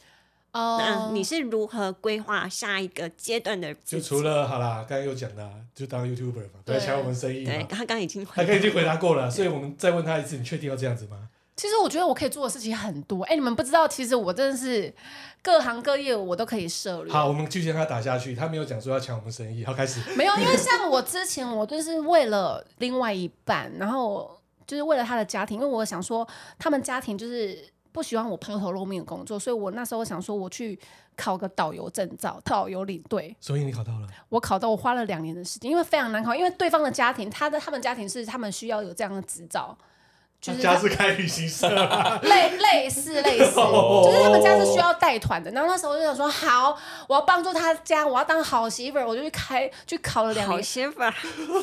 S4: 哦、
S2: 那你是如何规划下一个阶段的自
S1: 就
S2: 己？
S1: 除了好啦，刚刚有讲的啊，就当 YouTuber 嘛，不要
S4: 对
S1: 抢我们生意
S2: 对，
S1: 嘛。
S2: 他刚刚已经
S1: 他
S2: 回
S1: 刚已
S2: 答
S1: 经回答过了，所以我们再问他一次，你确定要这样子吗？
S4: 其实我觉得我可以做的事情很多。哎、你们不知道，其实我真的是各行各业我都可以涉猎。
S1: 好，我们继续让他打下去。他没有讲说要抢我们生意，好开始。
S4: 没有，因为像我之前，我就是为了另外一半，然后就是为了他的家庭，因为我想说他们家庭就是不喜欢我抛头露面的工作，所以我那时候想说我去考个导游证照，导游领队，
S1: 所以你考到了，
S4: 我考到我花了两年的时间，因为非常难考，因为对方的家庭，他的他们家庭是他们需要有这样的执照，就是
S1: 家是开旅行社啊啦，
S4: 类类似类似，
S1: 哦
S4: 就是他们家是 需要带团的。然后那时候我就想说，好，我要帮助他家，我要当好媳妇儿，我就去开去考了两
S2: 好
S4: 年。
S2: 媳妇儿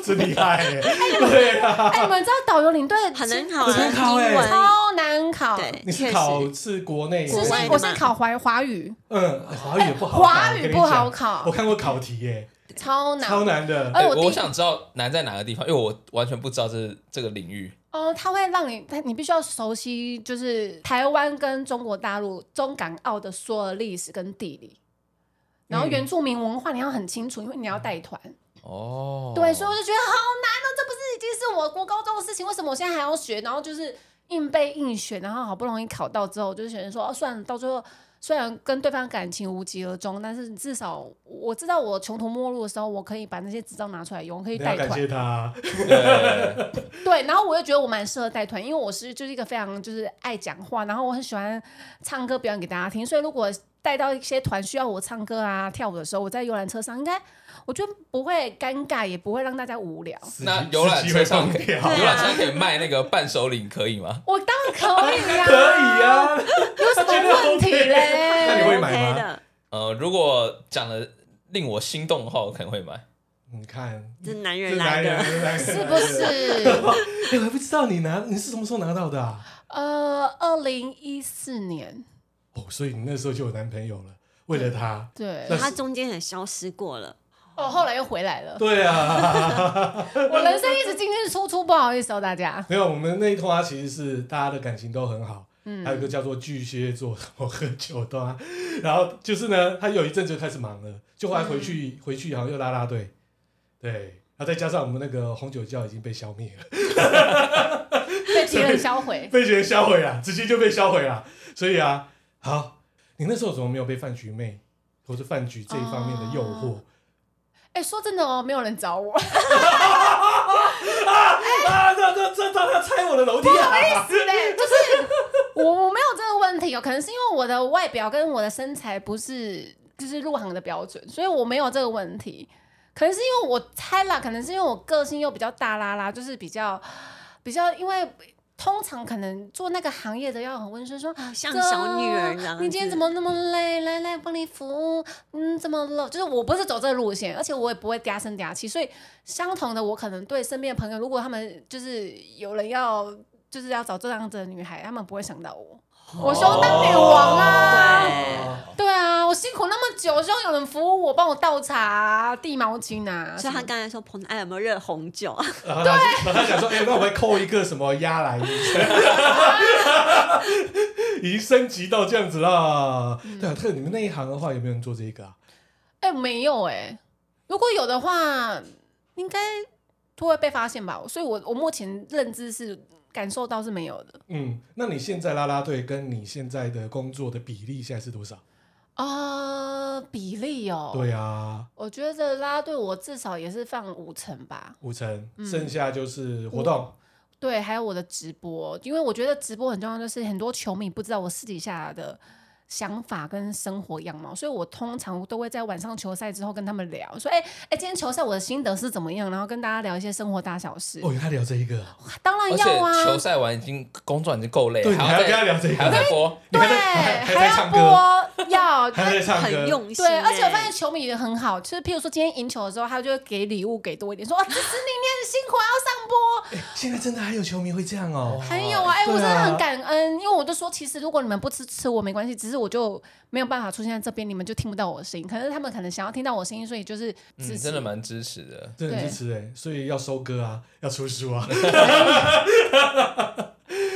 S1: 真哦厉害欸 耶。对啊，
S4: 哎，你们知道导游领队
S2: 很
S4: 其实
S2: 难考啊，
S1: 很难考欸
S2: 英文
S4: 超难考。
S2: 对，
S1: 你
S2: 确实
S1: 是考是国内
S4: 是
S2: 国外
S4: 是
S2: 的
S4: 我
S2: 嘛
S4: 是考华华语，
S1: 嗯，华语也不好考，
S4: 华
S1: 我跟
S4: 语
S1: 你
S4: 不好
S1: 讲。
S4: 考
S1: 我，看过考题耶，
S4: 超难。
S1: 超难的。
S4: 哎
S3: 哎
S4: 我第一
S3: 我想知道难在哪个地方，因为我完全不知道这这个领域。
S4: 哦，它会让你，它你必须要熟悉，就是台湾跟中国大陆、中港澳的所有历史跟地理，然后
S1: 嗯
S4: 原住民文化你要很清楚，因为你要带团。
S3: 哦，
S4: 对，所以我就觉得好难哦，这不是已经是我国高中的事情，为什么我现在还要学？然后就是硬背硬学，然后好不容易考到之后，我就觉得说，哦，算了，到最后虽然跟对方感情无疾而终，但是至少我知道我穷途末路的时候，我可以把那些执照拿出来用，我可以
S1: 你
S4: 带
S1: 要感
S4: 团。
S1: 谢他啊，
S3: 对
S4: 对，然后我又觉得我蛮适合带团，因为我是就是一个非常就是爱讲话，然后我很喜欢唱歌表演给大家听，所以如果带到一些团需要我唱歌啊跳舞的时候，我在游览车上应该我觉得不会尴尬，也不会让大家无聊。
S3: 那游览车上可以，
S1: 机会
S3: 游
S1: 放掉
S2: 对啊
S3: 览车可以卖那个伴手礼，可以吗？
S4: 我当然可以呀、
S1: 可以啊。
S4: 有什么问题
S1: 那你
S4: 嘞？
S1: 会买
S2: OK
S1: 吗
S2: 的，
S3: 呃，如果讲的令我心动的话，我可能会买。
S4: 啊
S1: 你看，
S2: 这男
S1: 这
S2: 人来的，
S1: 男人来的
S4: 是不？ 是？
S1: 哎，我还不知道你拿，你是什么时候拿到的啊？
S4: 呃，二零一四年，
S1: 哦，所以你那时候就有男朋友了，为了他。
S4: 对
S1: 那，
S2: 他中间也消失过了。
S4: 哦，后来又回来了。
S1: 对啊，
S4: 我人生一直进进出出，不好意思哦，大家。
S1: 没有，我们那一通啊，其实是大家的感情都很好。
S4: 嗯
S1: 还有一个叫做巨蟹座，我喝酒的啊，然后就是呢，他有一阵子就开始忙了，就后来回去、回去好像又拉拉队，对，然后再加上我们那个红酒窖已经被消灭了，
S4: 被敌人销毁。
S1: 被别人销毁了，直接就被销毁了，所以啊，好，你那时候怎么没有被饭局妹或者饭局这一方面的诱惑？
S4: 哎、说真的哦，没有人找我，哎
S1: 啊，这这这这他拆我的楼梯啊！
S4: 对， 就是我我没有这个问题哦，可能是因为我的外表跟我的身材不是就是入行的标准，所以我没有这个问题。可能是因为我猜啦，可能是因为我个性又比较大啦啦，就是比较比较，因为通常可能做那个行业的要很温顺，说
S2: 像
S4: 哥
S2: 小女儿这样
S4: 你今天
S2: 子
S4: 怎么那么累？来来，帮你服务。嗯，怎么了？就是我不是走这个路线，而且我也不会嗲声嗲气，所以相同的，我可能对身边的朋友，如果他们就是有人要就是要找这样子的女孩，他们不会想到我。我兄当女王啊！
S2: 哦对，
S4: 对啊，我辛苦那么久，希望有人服务我，帮我倒茶、递毛巾啊。
S2: 所以他
S4: 什么
S2: 刚才说彭爱有没有热红酒？
S1: 然啊后他就然后他想说，哎、那我会扣一个什么鸭来一下 已经升级到这样子啦。
S4: 嗯
S1: 对啊，特你们那一行的话，有没有人做这个啊？
S4: 哎、没有哎、如果有的话，应该都会被发现吧。所以我我目前认知是感受到是没有的
S1: 嗯，那你现在啦啦队跟你现在的工作的比例现在是多少？
S4: 啊、比例哦。
S1: 对啊，
S4: 我觉得啦啦队我至少也是放五成吧，
S1: 五成，
S4: 嗯
S1: 剩下就是活动。
S4: 对，还有我的直播，因为我觉得直播很重要，就是很多球迷不知道我私底下的想法跟生活样貌，所以我通常都会在晚上球赛之后跟他们聊，说，哎、哎、今天球赛我的心得是怎么样，然后跟大家聊一些生活大小事。
S1: 哦，原来聊这一个，
S4: 当然
S3: 而且
S4: 要啊，
S3: 球赛完已经工作已经够累，
S1: 对，你还要
S3: 要
S1: 跟他
S3: 再
S1: 聊这一
S3: 还要
S1: 个，
S3: 再播，
S1: 你
S4: 对，
S1: 还在还还
S4: 还
S1: 在
S4: 要
S1: 唱歌，
S4: 播，要
S1: 还在唱
S2: 很
S1: 歌。
S2: 用心
S4: 对，
S2: 欸。
S4: 而且我发现球迷也很好，就是譬如说今天赢球的时候，他就会给礼物给多一点，说哇支持你，你很辛苦，还啊要上播。
S1: 现在真的还有球迷会这样哦，
S4: 还有啊，哎、
S1: 对啊
S4: 我真的很感恩，因为我就说，其实如果你们不吃吃我没关系，只是我就没有办法出现在这边，你们就听不到我的声音。可是他们可能想要听到我的声音，所以就是
S3: 嗯，
S4: 支持。
S3: 真的蛮支持的。
S1: 真的很支持哎，所以要收割啊，要出书啊。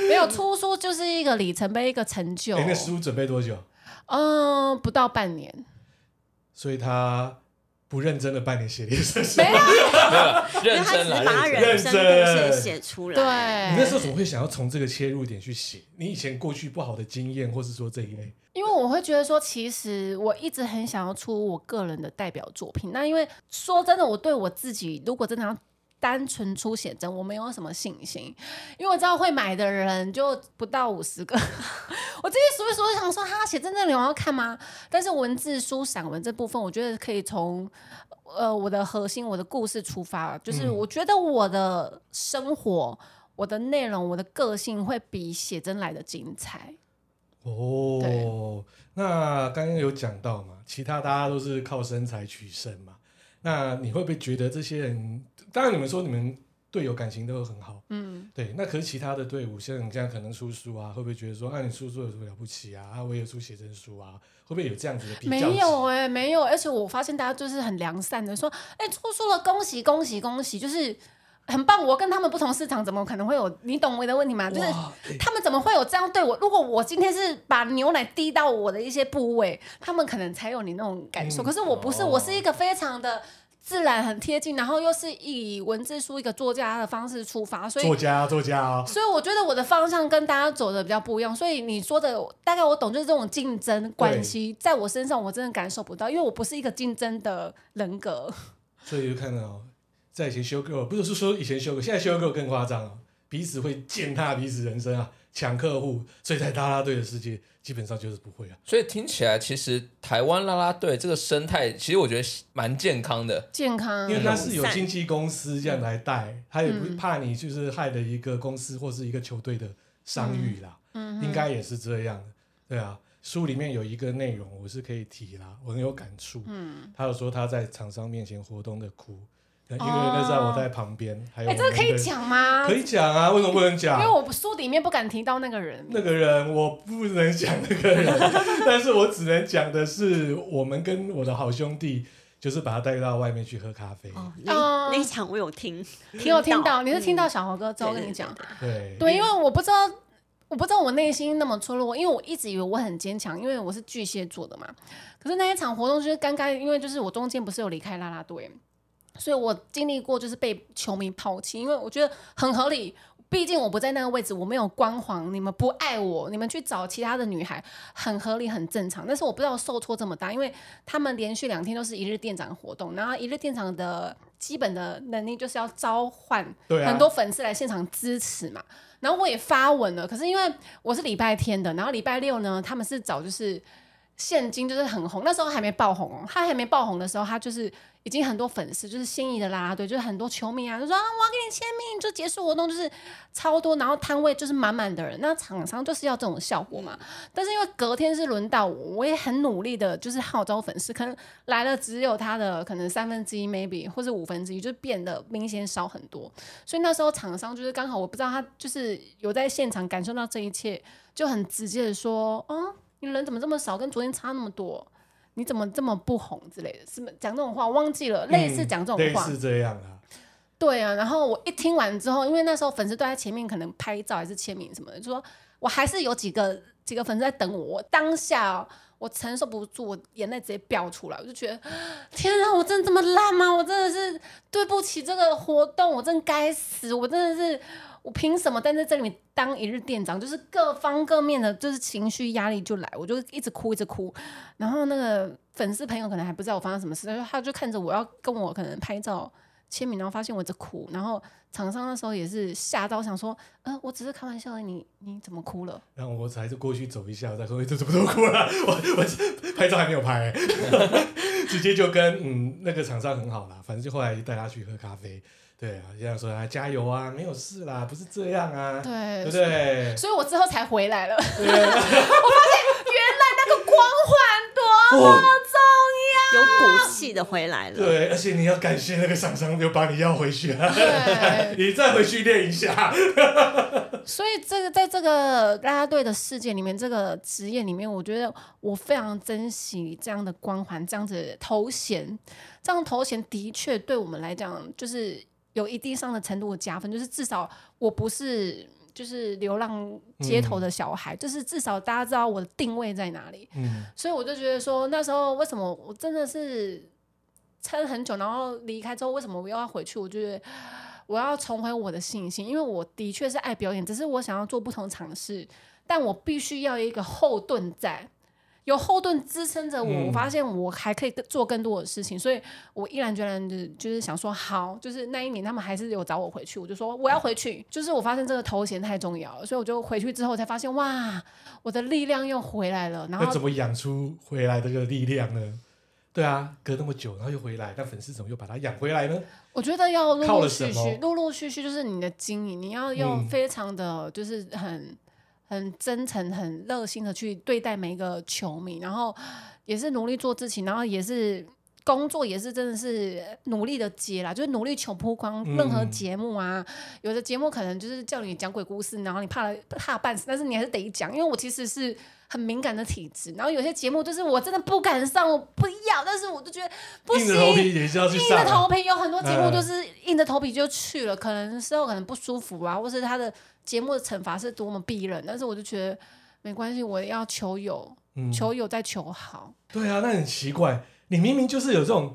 S4: 没有出书就是一个里程碑，一个成就。
S1: 哎，那书准备多久？
S4: 嗯、不到半年，
S1: 所以他不认真的扮演写列生生。
S4: 没有。
S3: 没有 啦
S2: 因为
S3: 认
S2: 他只
S3: 真
S2: 是
S3: 啦，
S2: 把他
S3: 认
S1: 真
S2: 人生故事写出
S4: 对，
S2: 来。
S1: 你那时候怎么会想要从这个切入点去写？你以前过去不好的经验，或是说这一类，
S4: 因为我会觉得说，其实我一直很想要出我个人的代表作品。那因为说真的，我对我自己如果真的要单纯出写真，我没有什么信心，因为我知道会买的人就不到五十个。 我这些数一数，想说哈，写真的有人要看吗？但是文字书、散文这部分，我觉得可以从呃我的核心、我的故事出发，就是
S1: 嗯
S4: 我觉得我的生活、我的内容、我的个性会比写真来的精彩。
S1: 哦，那刚刚有讲到嘛，其他大家都是靠身材取胜嘛。那你会不会觉得这些人？当然，你们说你们队友感情都很好，嗯，对。那可是其他的队伍，像你这样可能出书啊，会不会觉得说，啊，你出书有什么了不起啊？啊，我也出写真书啊，会不会有这样子的比较级？
S4: 没有哎、没有，而且我发现大家就是很良善的说，哎、出书了，恭喜恭喜恭喜，就是很棒。我跟他们不同市场，怎么可能会有？你懂我的问题吗？就是
S1: 哇，哎
S4: 他们怎么会有这样对我？如果我今天是把牛奶滴到我的一些部位，他们可能才有你那种感受。
S1: 嗯
S4: 可是我不是，
S3: 哦
S4: 我是一个非常的自然、很贴近，然后又是以文字书一个作家的方式出发，所以
S1: 作家作家啊，
S4: 所以我觉得我的方向跟大家走的比较不一样，所以你说的大概我懂，就是这种竞争关系，在我身上我真的感受不到，因为我不是一个竞争的人格。
S1: 所以就看到，在以前修 girl 不是说以前修 girl，现在修 girl 更夸张哦，彼此会践踏彼此人生啊，抢客户，所以在啦啦队的世界基本上就是不会啊。
S3: 所以听起来，其实台湾啦啦队这个生态，其实我觉得蛮健康的。
S4: 健康
S1: 因，为他是有经纪公司这样来
S4: 嗯
S1: 带，他也不怕你就是害了一个公司或是一个球队的商誉啦，
S4: 嗯
S1: 应该也是这样的，对啊。书里面有一个内容，我是可以提啦，我很有感触。嗯，他有说他在厂商面前活动的哭，因为那时候我在旁边，还有
S4: 哎、这个可
S1: 我
S4: 以
S1: 们的，
S4: 讲吗？
S1: 可以讲啊，为什么不能讲？
S4: 因为我不书里面不敢提到那个人。
S1: 那个人，我不能讲那个人， 但是我只能讲的是，我们跟我的好兄弟，就是把他带到外面去喝咖啡。
S2: 哦，那
S4: 哦
S2: 那一场我有听，
S4: 你有听到？你是听到
S2: 嗯
S4: 小豪哥之后跟你讲？
S1: 对，
S4: 对，因为我不知道，我不知道我内心那么脆弱，因为我一直以为我很坚强，因为我是巨蟹座的嘛。可是那一场活动就是刚刚，因为就是我中间不是有离开啦啦队，所以我经历过就是被球迷抛弃，因为我觉得很合理。毕竟我不在那个位置，我没有光环，你们不爱我，你们去找其他的女孩，很合理，很正常。但是我不知道受挫这么大，因为他们连续两天都是一日店长活动，然后一日店长的基本的能力就是要召唤
S1: 对啊
S4: 很多粉丝来现场支持嘛。然后我也发文了，可是因为我是礼拜天的，然后礼拜六呢，他们是找就是现今就是很红，那时候还没爆红哦。他还没爆红的时候，他就是已经很多粉丝，就是心仪的啦啦队，就是很多球迷啊，就说啊，我要给你签名，就结束活动，就是超多，然后摊位就是满满的人。那厂商就是要这种效果嘛。但是因为隔天是轮到我，我也很努力的，就是号召粉丝，可能来了只有他的可能三分之一，maybe 或者五分之一，就变得明显少很多。所以那时候厂商就是刚好，我不知道他就是有在现场感受到这一切，就很直接的说，哦，你人怎么这么少，跟昨天差那么多？你怎么这么不红之类的，是吗讲这种话，我忘记了，类似讲这
S1: 嗯类
S4: 种话，
S1: 似这样啊，
S4: 对啊，然后我一听完之后，因为那时候粉丝都在前面，可能拍照还是签名什么的，就说我还是有几个几个粉丝在等我，我当下哦、我承受不住，我眼泪直接飙出来，我就觉得 天啊，我真的这么烂吗？我真的是对不起这个活动，我真该死，我真的是我凭什么站在这里面当一日店长？就是各方各面的，就是情绪压力就来，我就一直哭一直哭，然后那个粉丝朋友可能还不知道我发生什么事，他就他就看着我要跟我可能拍照。签名，然后发现我在哭，然后厂商那时候也是吓到，想说，呃，我只是开玩笑而已，你你怎么哭了？
S1: 然后我还是过去走一下，我再说，哎这怎么都哭了？我我拍照还没有拍、欸 直接就跟嗯那个厂商很好啦，反正就后来带他去喝咖啡，对啊，这样说啊，加油啊，没有事啦，不是这样啊，
S4: 对
S1: 对不对？
S4: 所以我之后才回来了。原来
S1: 对 啊，
S4: 那个光环多么重
S2: 有骨气的回来了。
S1: 对，而且你要感谢那个厂商，就把你要回去啊，
S4: 要。对，
S1: 你再回去练一下。
S4: 所以这个在这个啦啦队的世界里面，这个职业里面，我觉得我非常珍惜这样的光环，这样子的头衔，这样头衔的确对我们来讲，就是有一定上的程度的加分，就是至少我不是。就是流浪街头的小孩，就是至少大家知道我的定位在哪里。
S1: 嗯，
S4: 所以我就觉得说，那时候为什么我真的是撑很久，然后离开之后，为什么我又要回去？我觉得我要重回我的信心，因为我的确是爱表演，只是我想要做不同尝试，但我必须要有一个后盾在。有后盾支撑着我，
S1: 嗯
S4: 我发现我还可以更做更多的事情，所以我毅然决然的，就是想说好，就是那一年他们还是有找我回去，我就说我要回去，就是我发现这个头衔太重要了，所以我就回去之后才发现，哇，我的力量又回来了，然后
S1: 那怎么养出回来的这个力量呢？对啊，隔那么久，然后又回来，那粉丝怎么又把他养回来呢？
S4: 我觉得要陆
S1: 靠
S4: 陆
S1: 了
S4: 续
S1: 什么
S4: 续，陆陆续续就是你的经营，你要要
S1: 嗯
S4: 非常的就是很、很真诚、很热心的去对待每一个球迷，然后也是努力做自己，然后也是工作也是真的是呃努力的接啦，就是努力求曝光。
S1: 嗯
S4: 任何节目啊，有的节目可能就是叫你讲鬼故事，然后你怕了怕半死，但是你还是得讲，因为我其实是。很敏感的体质，然后有些节目就是我真的不敢上，我不要，但是我就觉得不
S1: 硬
S4: 行，
S1: 着头皮也是要去
S4: 硬
S1: 上
S4: 着
S1: 啊、
S4: 头皮有很多节目
S1: 嗯
S4: 都是硬着头皮就去了，可能事后可能不舒服啊，或是他的节目的惩罚是多么逼人，但是我就觉得没关系，我要求有，
S1: 嗯，
S4: 求有再求好。
S1: 对啊，那很奇怪，你明明就是有这种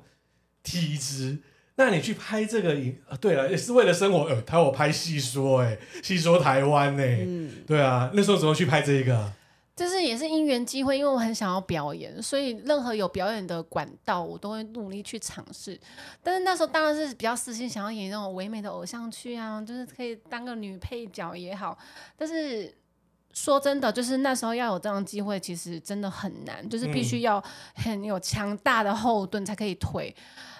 S1: 体质，那你去拍这个影，啊、对了，也是为了生活，呃，他有拍戏说、欸，哎，戏说台湾呢、欸
S2: 嗯，
S1: 对啊，那时候怎么去拍这个啊？
S4: 就是也是因缘机会，因为我很想要表演，所以任何有表演的管道，我都会努力去尝试。但是那时候当然是比较私心，想要演那种唯美的偶像剧啊，就是可以当个女配角也好。但是说真的，就是那时候要有这样的机会，其实真的很难，就是必须要很有强大的后盾才可以推。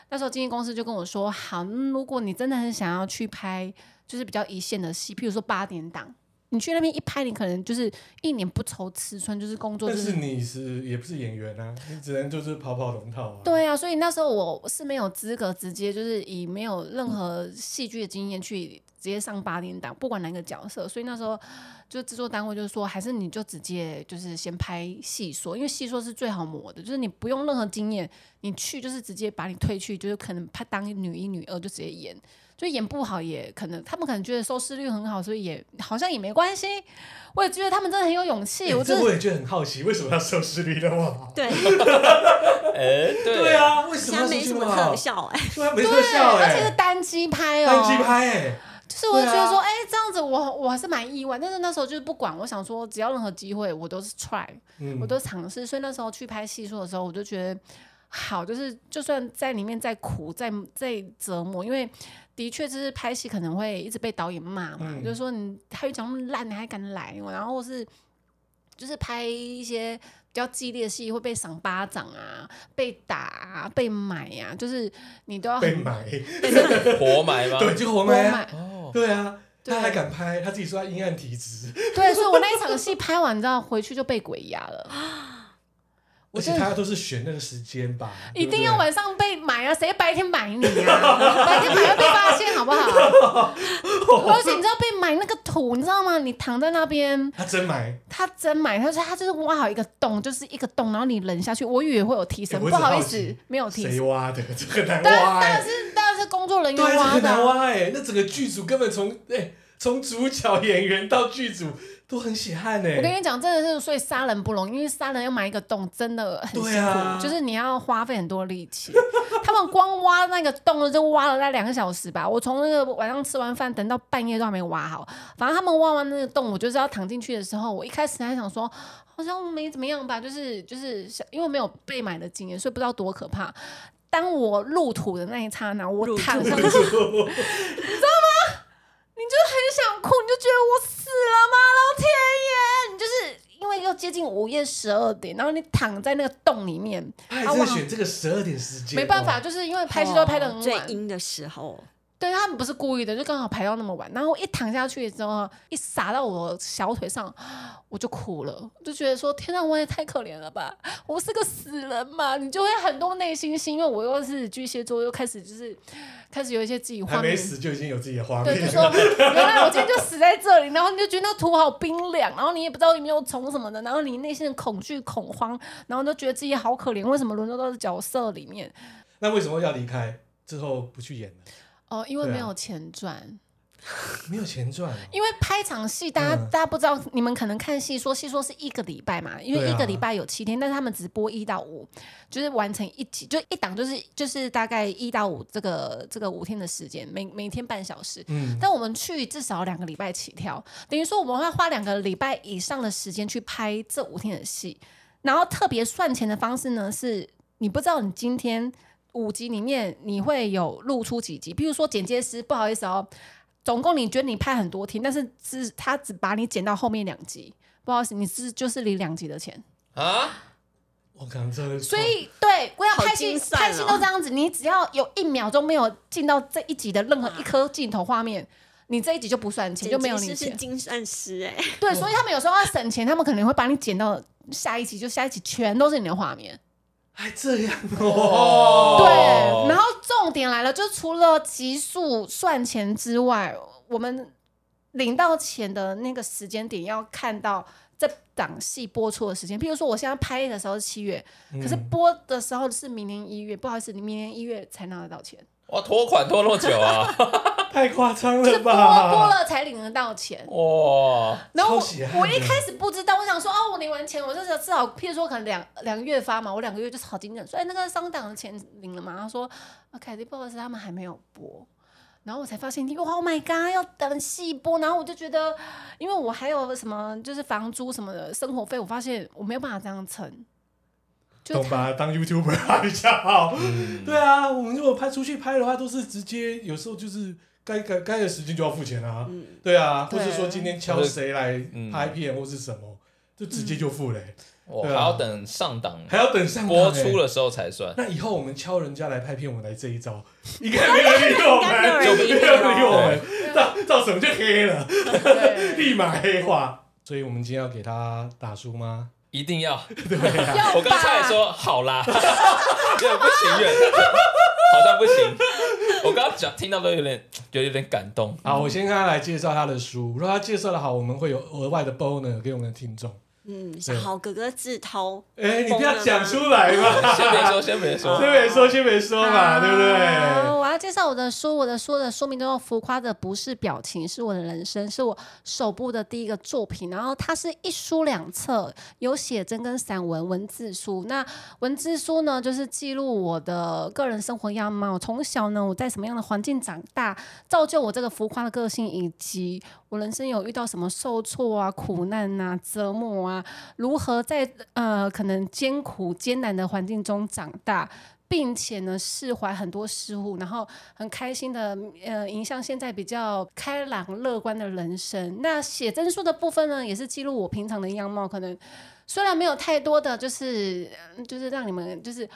S4: 那时候经纪公司就跟我说：“好，嗯如果你真的很想要去拍，就是比较一线的戏，譬如说八点档，你去那边一拍，你可能就是一年不愁吃穿，就是工作
S1: 但
S4: 就是
S1: 是你是也不是演员啊，你只能就是跑跑龙套啊。
S4: 对啊，所以那时候我是没有资格直接就是以没有任何戏剧的经验去直接上八点档，不管哪个角色。所以那时候就制作单位就说，还是你就直接就是先拍戏说，因为戏说是最好磨的，就是你不用任何经验，你去就是直接把你推去，就是可能拍当女一、女二就直接演。就演不好也可能，他们可能觉得收视率很好，所以也好像也没关系。我也觉得他们真的很有勇气，
S1: 欸
S4: 我真
S1: 这
S4: 的
S1: 我也觉得很好奇，为什么要收视率那么好？
S2: 对，
S3: 哎，
S1: 对，啊，为什
S2: 现
S1: 么要
S2: 在
S1: 收
S2: 没
S1: 视
S2: 什
S1: 率
S2: 么
S1: 那么好
S2: 特？效哎、
S1: 对啊，没特效
S4: 而且是
S1: 哎，
S4: 单机拍哦，
S1: 单机拍哎，
S4: 就是我就觉得
S1: 对
S4: 说，
S1: 啊
S4: 哎、这样子我我还是蛮意外，但是那时候就是不管，我想说只要任何机会我都是 try，、
S1: 嗯
S4: 我都尝试，所以那时候去拍戏说的时候，我就觉得好，就是就算在里面再苦再再折磨，因为的确就是拍戏可能会一直被导演骂嘛，
S1: 嗯
S4: 就是说你台语讲那么烂，你还敢来，然后是就是拍一些比较激烈的戏会被赏巴掌啊，被打、啊、被买啊，就是你都要
S1: 被
S4: 很
S1: 买，
S3: 活埋吗？
S1: 对，就活
S4: 多
S1: 埋啊，
S4: 买。
S3: 哦，
S1: 对啊，
S4: 对
S1: 他还敢拍，他自己说他阴暗体质，
S4: 对，所以我那一场戏拍完，你知道回去就被鬼压 了，
S1: 而
S4: 我
S1: 且
S4: 真的
S1: 他都是选那个时间吧，对
S4: 一
S1: 不
S4: 定
S1: 对
S4: 要晚上被买啊，谁白天买你啊？ 白天买要被发现好不好？ 而且你知道被买那个土，你知道吗？你躺在那边。
S1: 他真买，
S4: 他真买，他说他就是挖好一个洞，就是一个洞，然后你人下去，我以为会有提
S1: 欸
S4: 升，
S1: 我
S4: 不
S1: 只
S4: 好意
S1: 好
S4: 思
S1: 奇，
S4: 没有提
S1: 谁
S4: 升。
S1: 挖的？这很难
S4: 当然
S1: 挖
S4: 当然
S1: 哎，
S4: 是当然是工作人员
S1: 对啊，这
S4: 挖
S1: 很
S4: 的
S1: 难
S4: 啊，
S1: 挖哎，那整个剧组根本从哎从主角演员到剧组都很血汗
S4: 我跟
S1: 哎，
S4: 你讲，真的是所以杀人不容易，因为杀人要埋一个洞真的很辛苦，
S1: 对啊
S4: 就是你要花费很多力气。他们光挖那个洞就挖了大概两个小时吧，我从那个晚上吃完饭等到半夜都还没挖好。反正他们挖完那个洞，我就是要躺进去的时候，我一开始还想说好像没怎么样吧，就是就是想因为没有被埋的经验，所以不知道多可怕。当我入土的那一刹那，我
S2: 入土
S4: 躺上去，你就很想哭，你就觉得我死了吗？老天爷！你就是因为又接近午夜十二点，然后你躺在那个洞里面，
S1: 他还真的选这个十二点时间，
S4: 没办法，
S1: 哦，
S4: 就是因为拍戏都拍的很
S2: 最
S4: 晚，
S2: 阴的时候，
S4: 对他们不是故意的，就刚好排到那么晚。然后我一躺下去之后，一撒到我小腿上，我就哭了，就觉得说天啊，我也太可怜了吧，我是个死人嘛，你就会很多内心戏，因为我又是巨蟹座，又开始就是开始有一些自己画
S1: 还
S4: 面
S1: 没死就已经有自己的画
S4: 对，就
S1: 面
S4: 说
S1: 了，
S4: 原来我今天就死在这里，然后你就觉得那土好冰凉，然后你也不知道有没有虫什么的，然后你内心的恐惧、恐慌，然后就觉得自己好可怜，为什么沦落到这角色里面？
S1: 那为什么要离开？之后不去演了，
S4: 哦，因为
S1: 对啊
S4: 没有钱赚，
S1: 没有钱赚哦，
S4: 因为拍场戏，大家、
S1: 嗯
S4: 大家不知道，你们可能看戏说戏说是一个礼拜嘛，因为
S1: 对啊
S4: 一个礼拜有七天，但是他们只播一到五，就是完成一集，就一档就是就是大概一到五这个这个五天的时间，每每天半小时，
S1: 嗯，
S4: 但我们去至少两个礼拜起跳，等于说我们会花两个礼拜以上的时间去拍这五天的戏，然后特别算钱的方式呢，是你不知道你今天五集里面你会有露出几集，比如说剪接师，不好意思哦，总共你觉得你拍很多天，但是只他只把你剪到后面两集，不好意思，你是就是领两集的钱。
S3: 啊，
S1: 我可能真的，
S4: 所以，对，我要
S2: 好
S4: 拍戏、
S2: 精算哦
S4: 拍戏都这样子，你只要有一秒钟没有进到这一集的任何一颗镜头画面，你这一集就不算钱，就没有
S2: 剪
S4: 你
S2: 辑师是
S4: 钱。
S2: 金善师哎、
S4: 对，所以他们有时候要省钱，他们可能会把你剪到下一集，就下一集全都是你的画面。
S1: 还这样
S3: 哦
S1: 哦，
S4: 对，然后重点来了，就除了集数算钱之外，我们领到钱的那个时间点要看到这档戏播出的时间。比如说，我现在拍的时候是七月，可是
S1: 嗯
S4: 播的时候是明年一月，不好意思，你明年一月才拿得到 钱，
S3: 哇，拖款拖那么久啊，
S1: 太夸张
S4: 就是
S1: 了
S4: 播
S1: 吧？
S4: 播了才领得到钱。
S3: 哇，
S4: 然后
S1: 超血
S4: 我
S1: 汗
S4: 我一
S1: 的
S4: 开始不知道，我想说哦，我领完钱，我就是至少，譬如说可能两两个月发嘛，我两个月就好精准，所以那个上档的钱领了嘛。他说啊，凯蒂不好意思，他们还没有播。然后我才发现，哇，Oh my god，要等细播。然后我就觉得，因为我还有什么就是房租什么的生活费，我发现我没有办法这样撑。就
S1: 懂
S4: 他
S1: 吧？当 YouTuber 还比较好。对啊，我们如果拍出去拍的话，都是直接有时候就是该该该的时间就要付钱啊。
S2: 嗯，
S1: 对啊，
S4: 对
S1: 或是说今天敲谁来拍片或是什么，就直接就付嘞、
S2: 嗯
S3: 我还
S1: 对啊
S3: 要等上档
S1: 还要等上、欸
S3: 播出。的时候才算。
S1: 那以后我们敲人家来拍片，我们来这一招，应该没人理我
S2: 应该没有
S1: 们，
S2: 人
S1: 就
S2: 理
S1: 没人理我们，
S4: 对
S2: 啊
S1: 造造什么就黑了，
S4: 对
S1: 立马黑化。所以我们今天要给他打 输吗？啊
S3: 一定要！
S4: 要
S3: 我刚才也
S4: 吧？
S3: 说好啦，有点不情愿，好像不行。我刚刚讲听到都有点，有点感动。
S1: 好，我先跟他来介绍他的书。如果他介绍的好，我们会有额外的 bonus 给我们的听众。
S2: 嗯，像好哥哥自掏，
S1: 哎、你不要讲出来嘛，
S3: 先别说，先别说。
S1: 先没说，先没说嘛，对不
S4: 好
S1: 对？
S4: 我要介绍我的书，我的书的书名叫做《浮夸的不是表情，是我的人生》，是我首部的第一个作品。然后它是一书两册，有写真跟散文文字书。那文字书呢，就是记录我的个人生活样貌，从小呢我在什么样的环境长大，造就我这个浮夸的个性，以及我人生有遇到什么受挫啊、苦难啊、折磨啊，如何在呃可能艰苦艰难的环境中长大。并且呢释怀很多失误，然后很开心的呃迎向现在比较开朗乐观的人生。那写真书的部分呢，也是记录我平常的样貌，可能虽然没有太多的就是呃就是让你们就是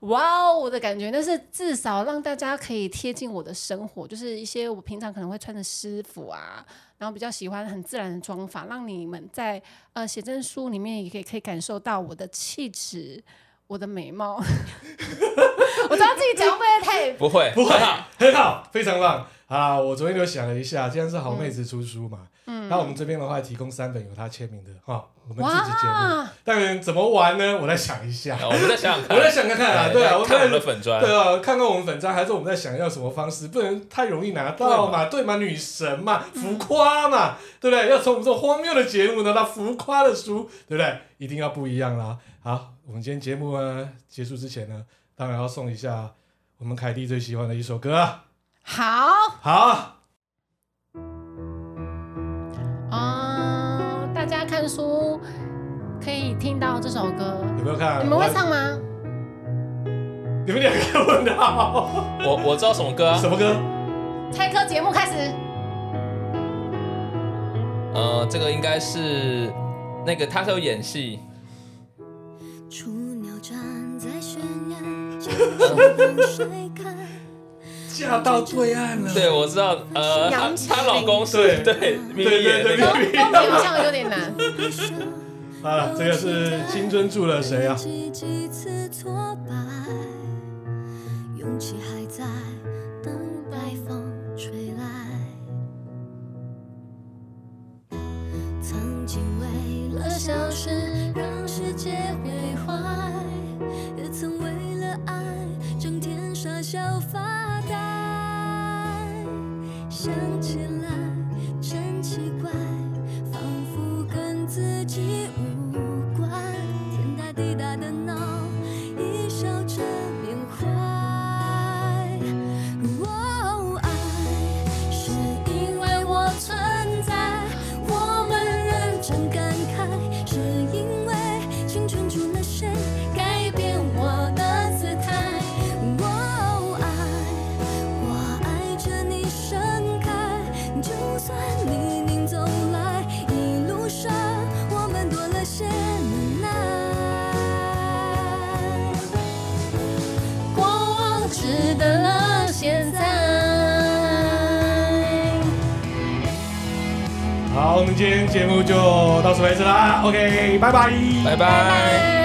S4: 哇哦的感觉，但是至少让大家可以贴近我的生活，就是一些我平常可能会穿的私服啊，然后比较喜欢很自然的妆法，让你们在呃写真书里面也可以可以感受到我的气质。我的美貌，我知道自己讲会不会太
S3: 不会，
S1: 不会，很好，非常棒啊！我昨天就想了一下，既然是好妹子出书嘛，嗯，那我们这边的话提供三本有她签名的哈，我们自己节目。
S4: 哇，
S1: 当然怎么玩呢？我来想一下，
S3: 我们再想想看，
S1: 我再想看看啊，
S3: 哎
S1: 对啊，
S3: 看我
S1: 看
S3: 们的粉砖，
S1: 对啊，看看我们粉章，还是我们在想要什么方式，不能太容易拿到嘛，对嘛，女神嘛，浮夸嘛，对不对？要从我们这种荒谬的节目拿到浮夸的书，对不对？一定要不一样啦。好，我们今天节目呢结束之前呢，当然要送一下我们凯蒂最喜欢的一首歌啊。
S4: 好
S1: 好，
S4: 哦，大家看书可以听到这首歌，
S1: 有没有看？
S4: 你们会？唱吗？
S1: 你们两个问的好。
S3: 我我知道什么歌啊
S1: 什，么歌？
S4: 猜歌节目开始，
S3: 呃，这个应该是那个他是有演戏，
S5: 雏鸟站在悬崖，向往水看。
S1: 嫁到对岸了。
S3: 对我知道，呃，她
S2: 杨丞琳
S3: 她老公是
S1: 对
S3: 对米
S1: 对
S3: 粒演
S1: 对
S3: 那
S4: 都
S3: 个，
S4: 都比我像有点难。
S1: 好了，这个是青春住了谁啊？
S5: 几几次挫败，勇气还在，等待风吹来。曾经为了小事让世界为怀，也曾为了爱整天傻笑发呆。想起来真奇怪，仿佛跟自己无关。天大地大的闹，一笑着缅怀。哦，爱是因为我存在，我们认真感慨，是因为青春除了谁改变我的姿态。哦，爱，我爱着你盛开，就算泥泞走来，一路上我们多了些能耐。
S4: 过往值得了现在。
S1: 好，我们今天节目就到此为止啦。OK，拜拜。
S3: 拜拜。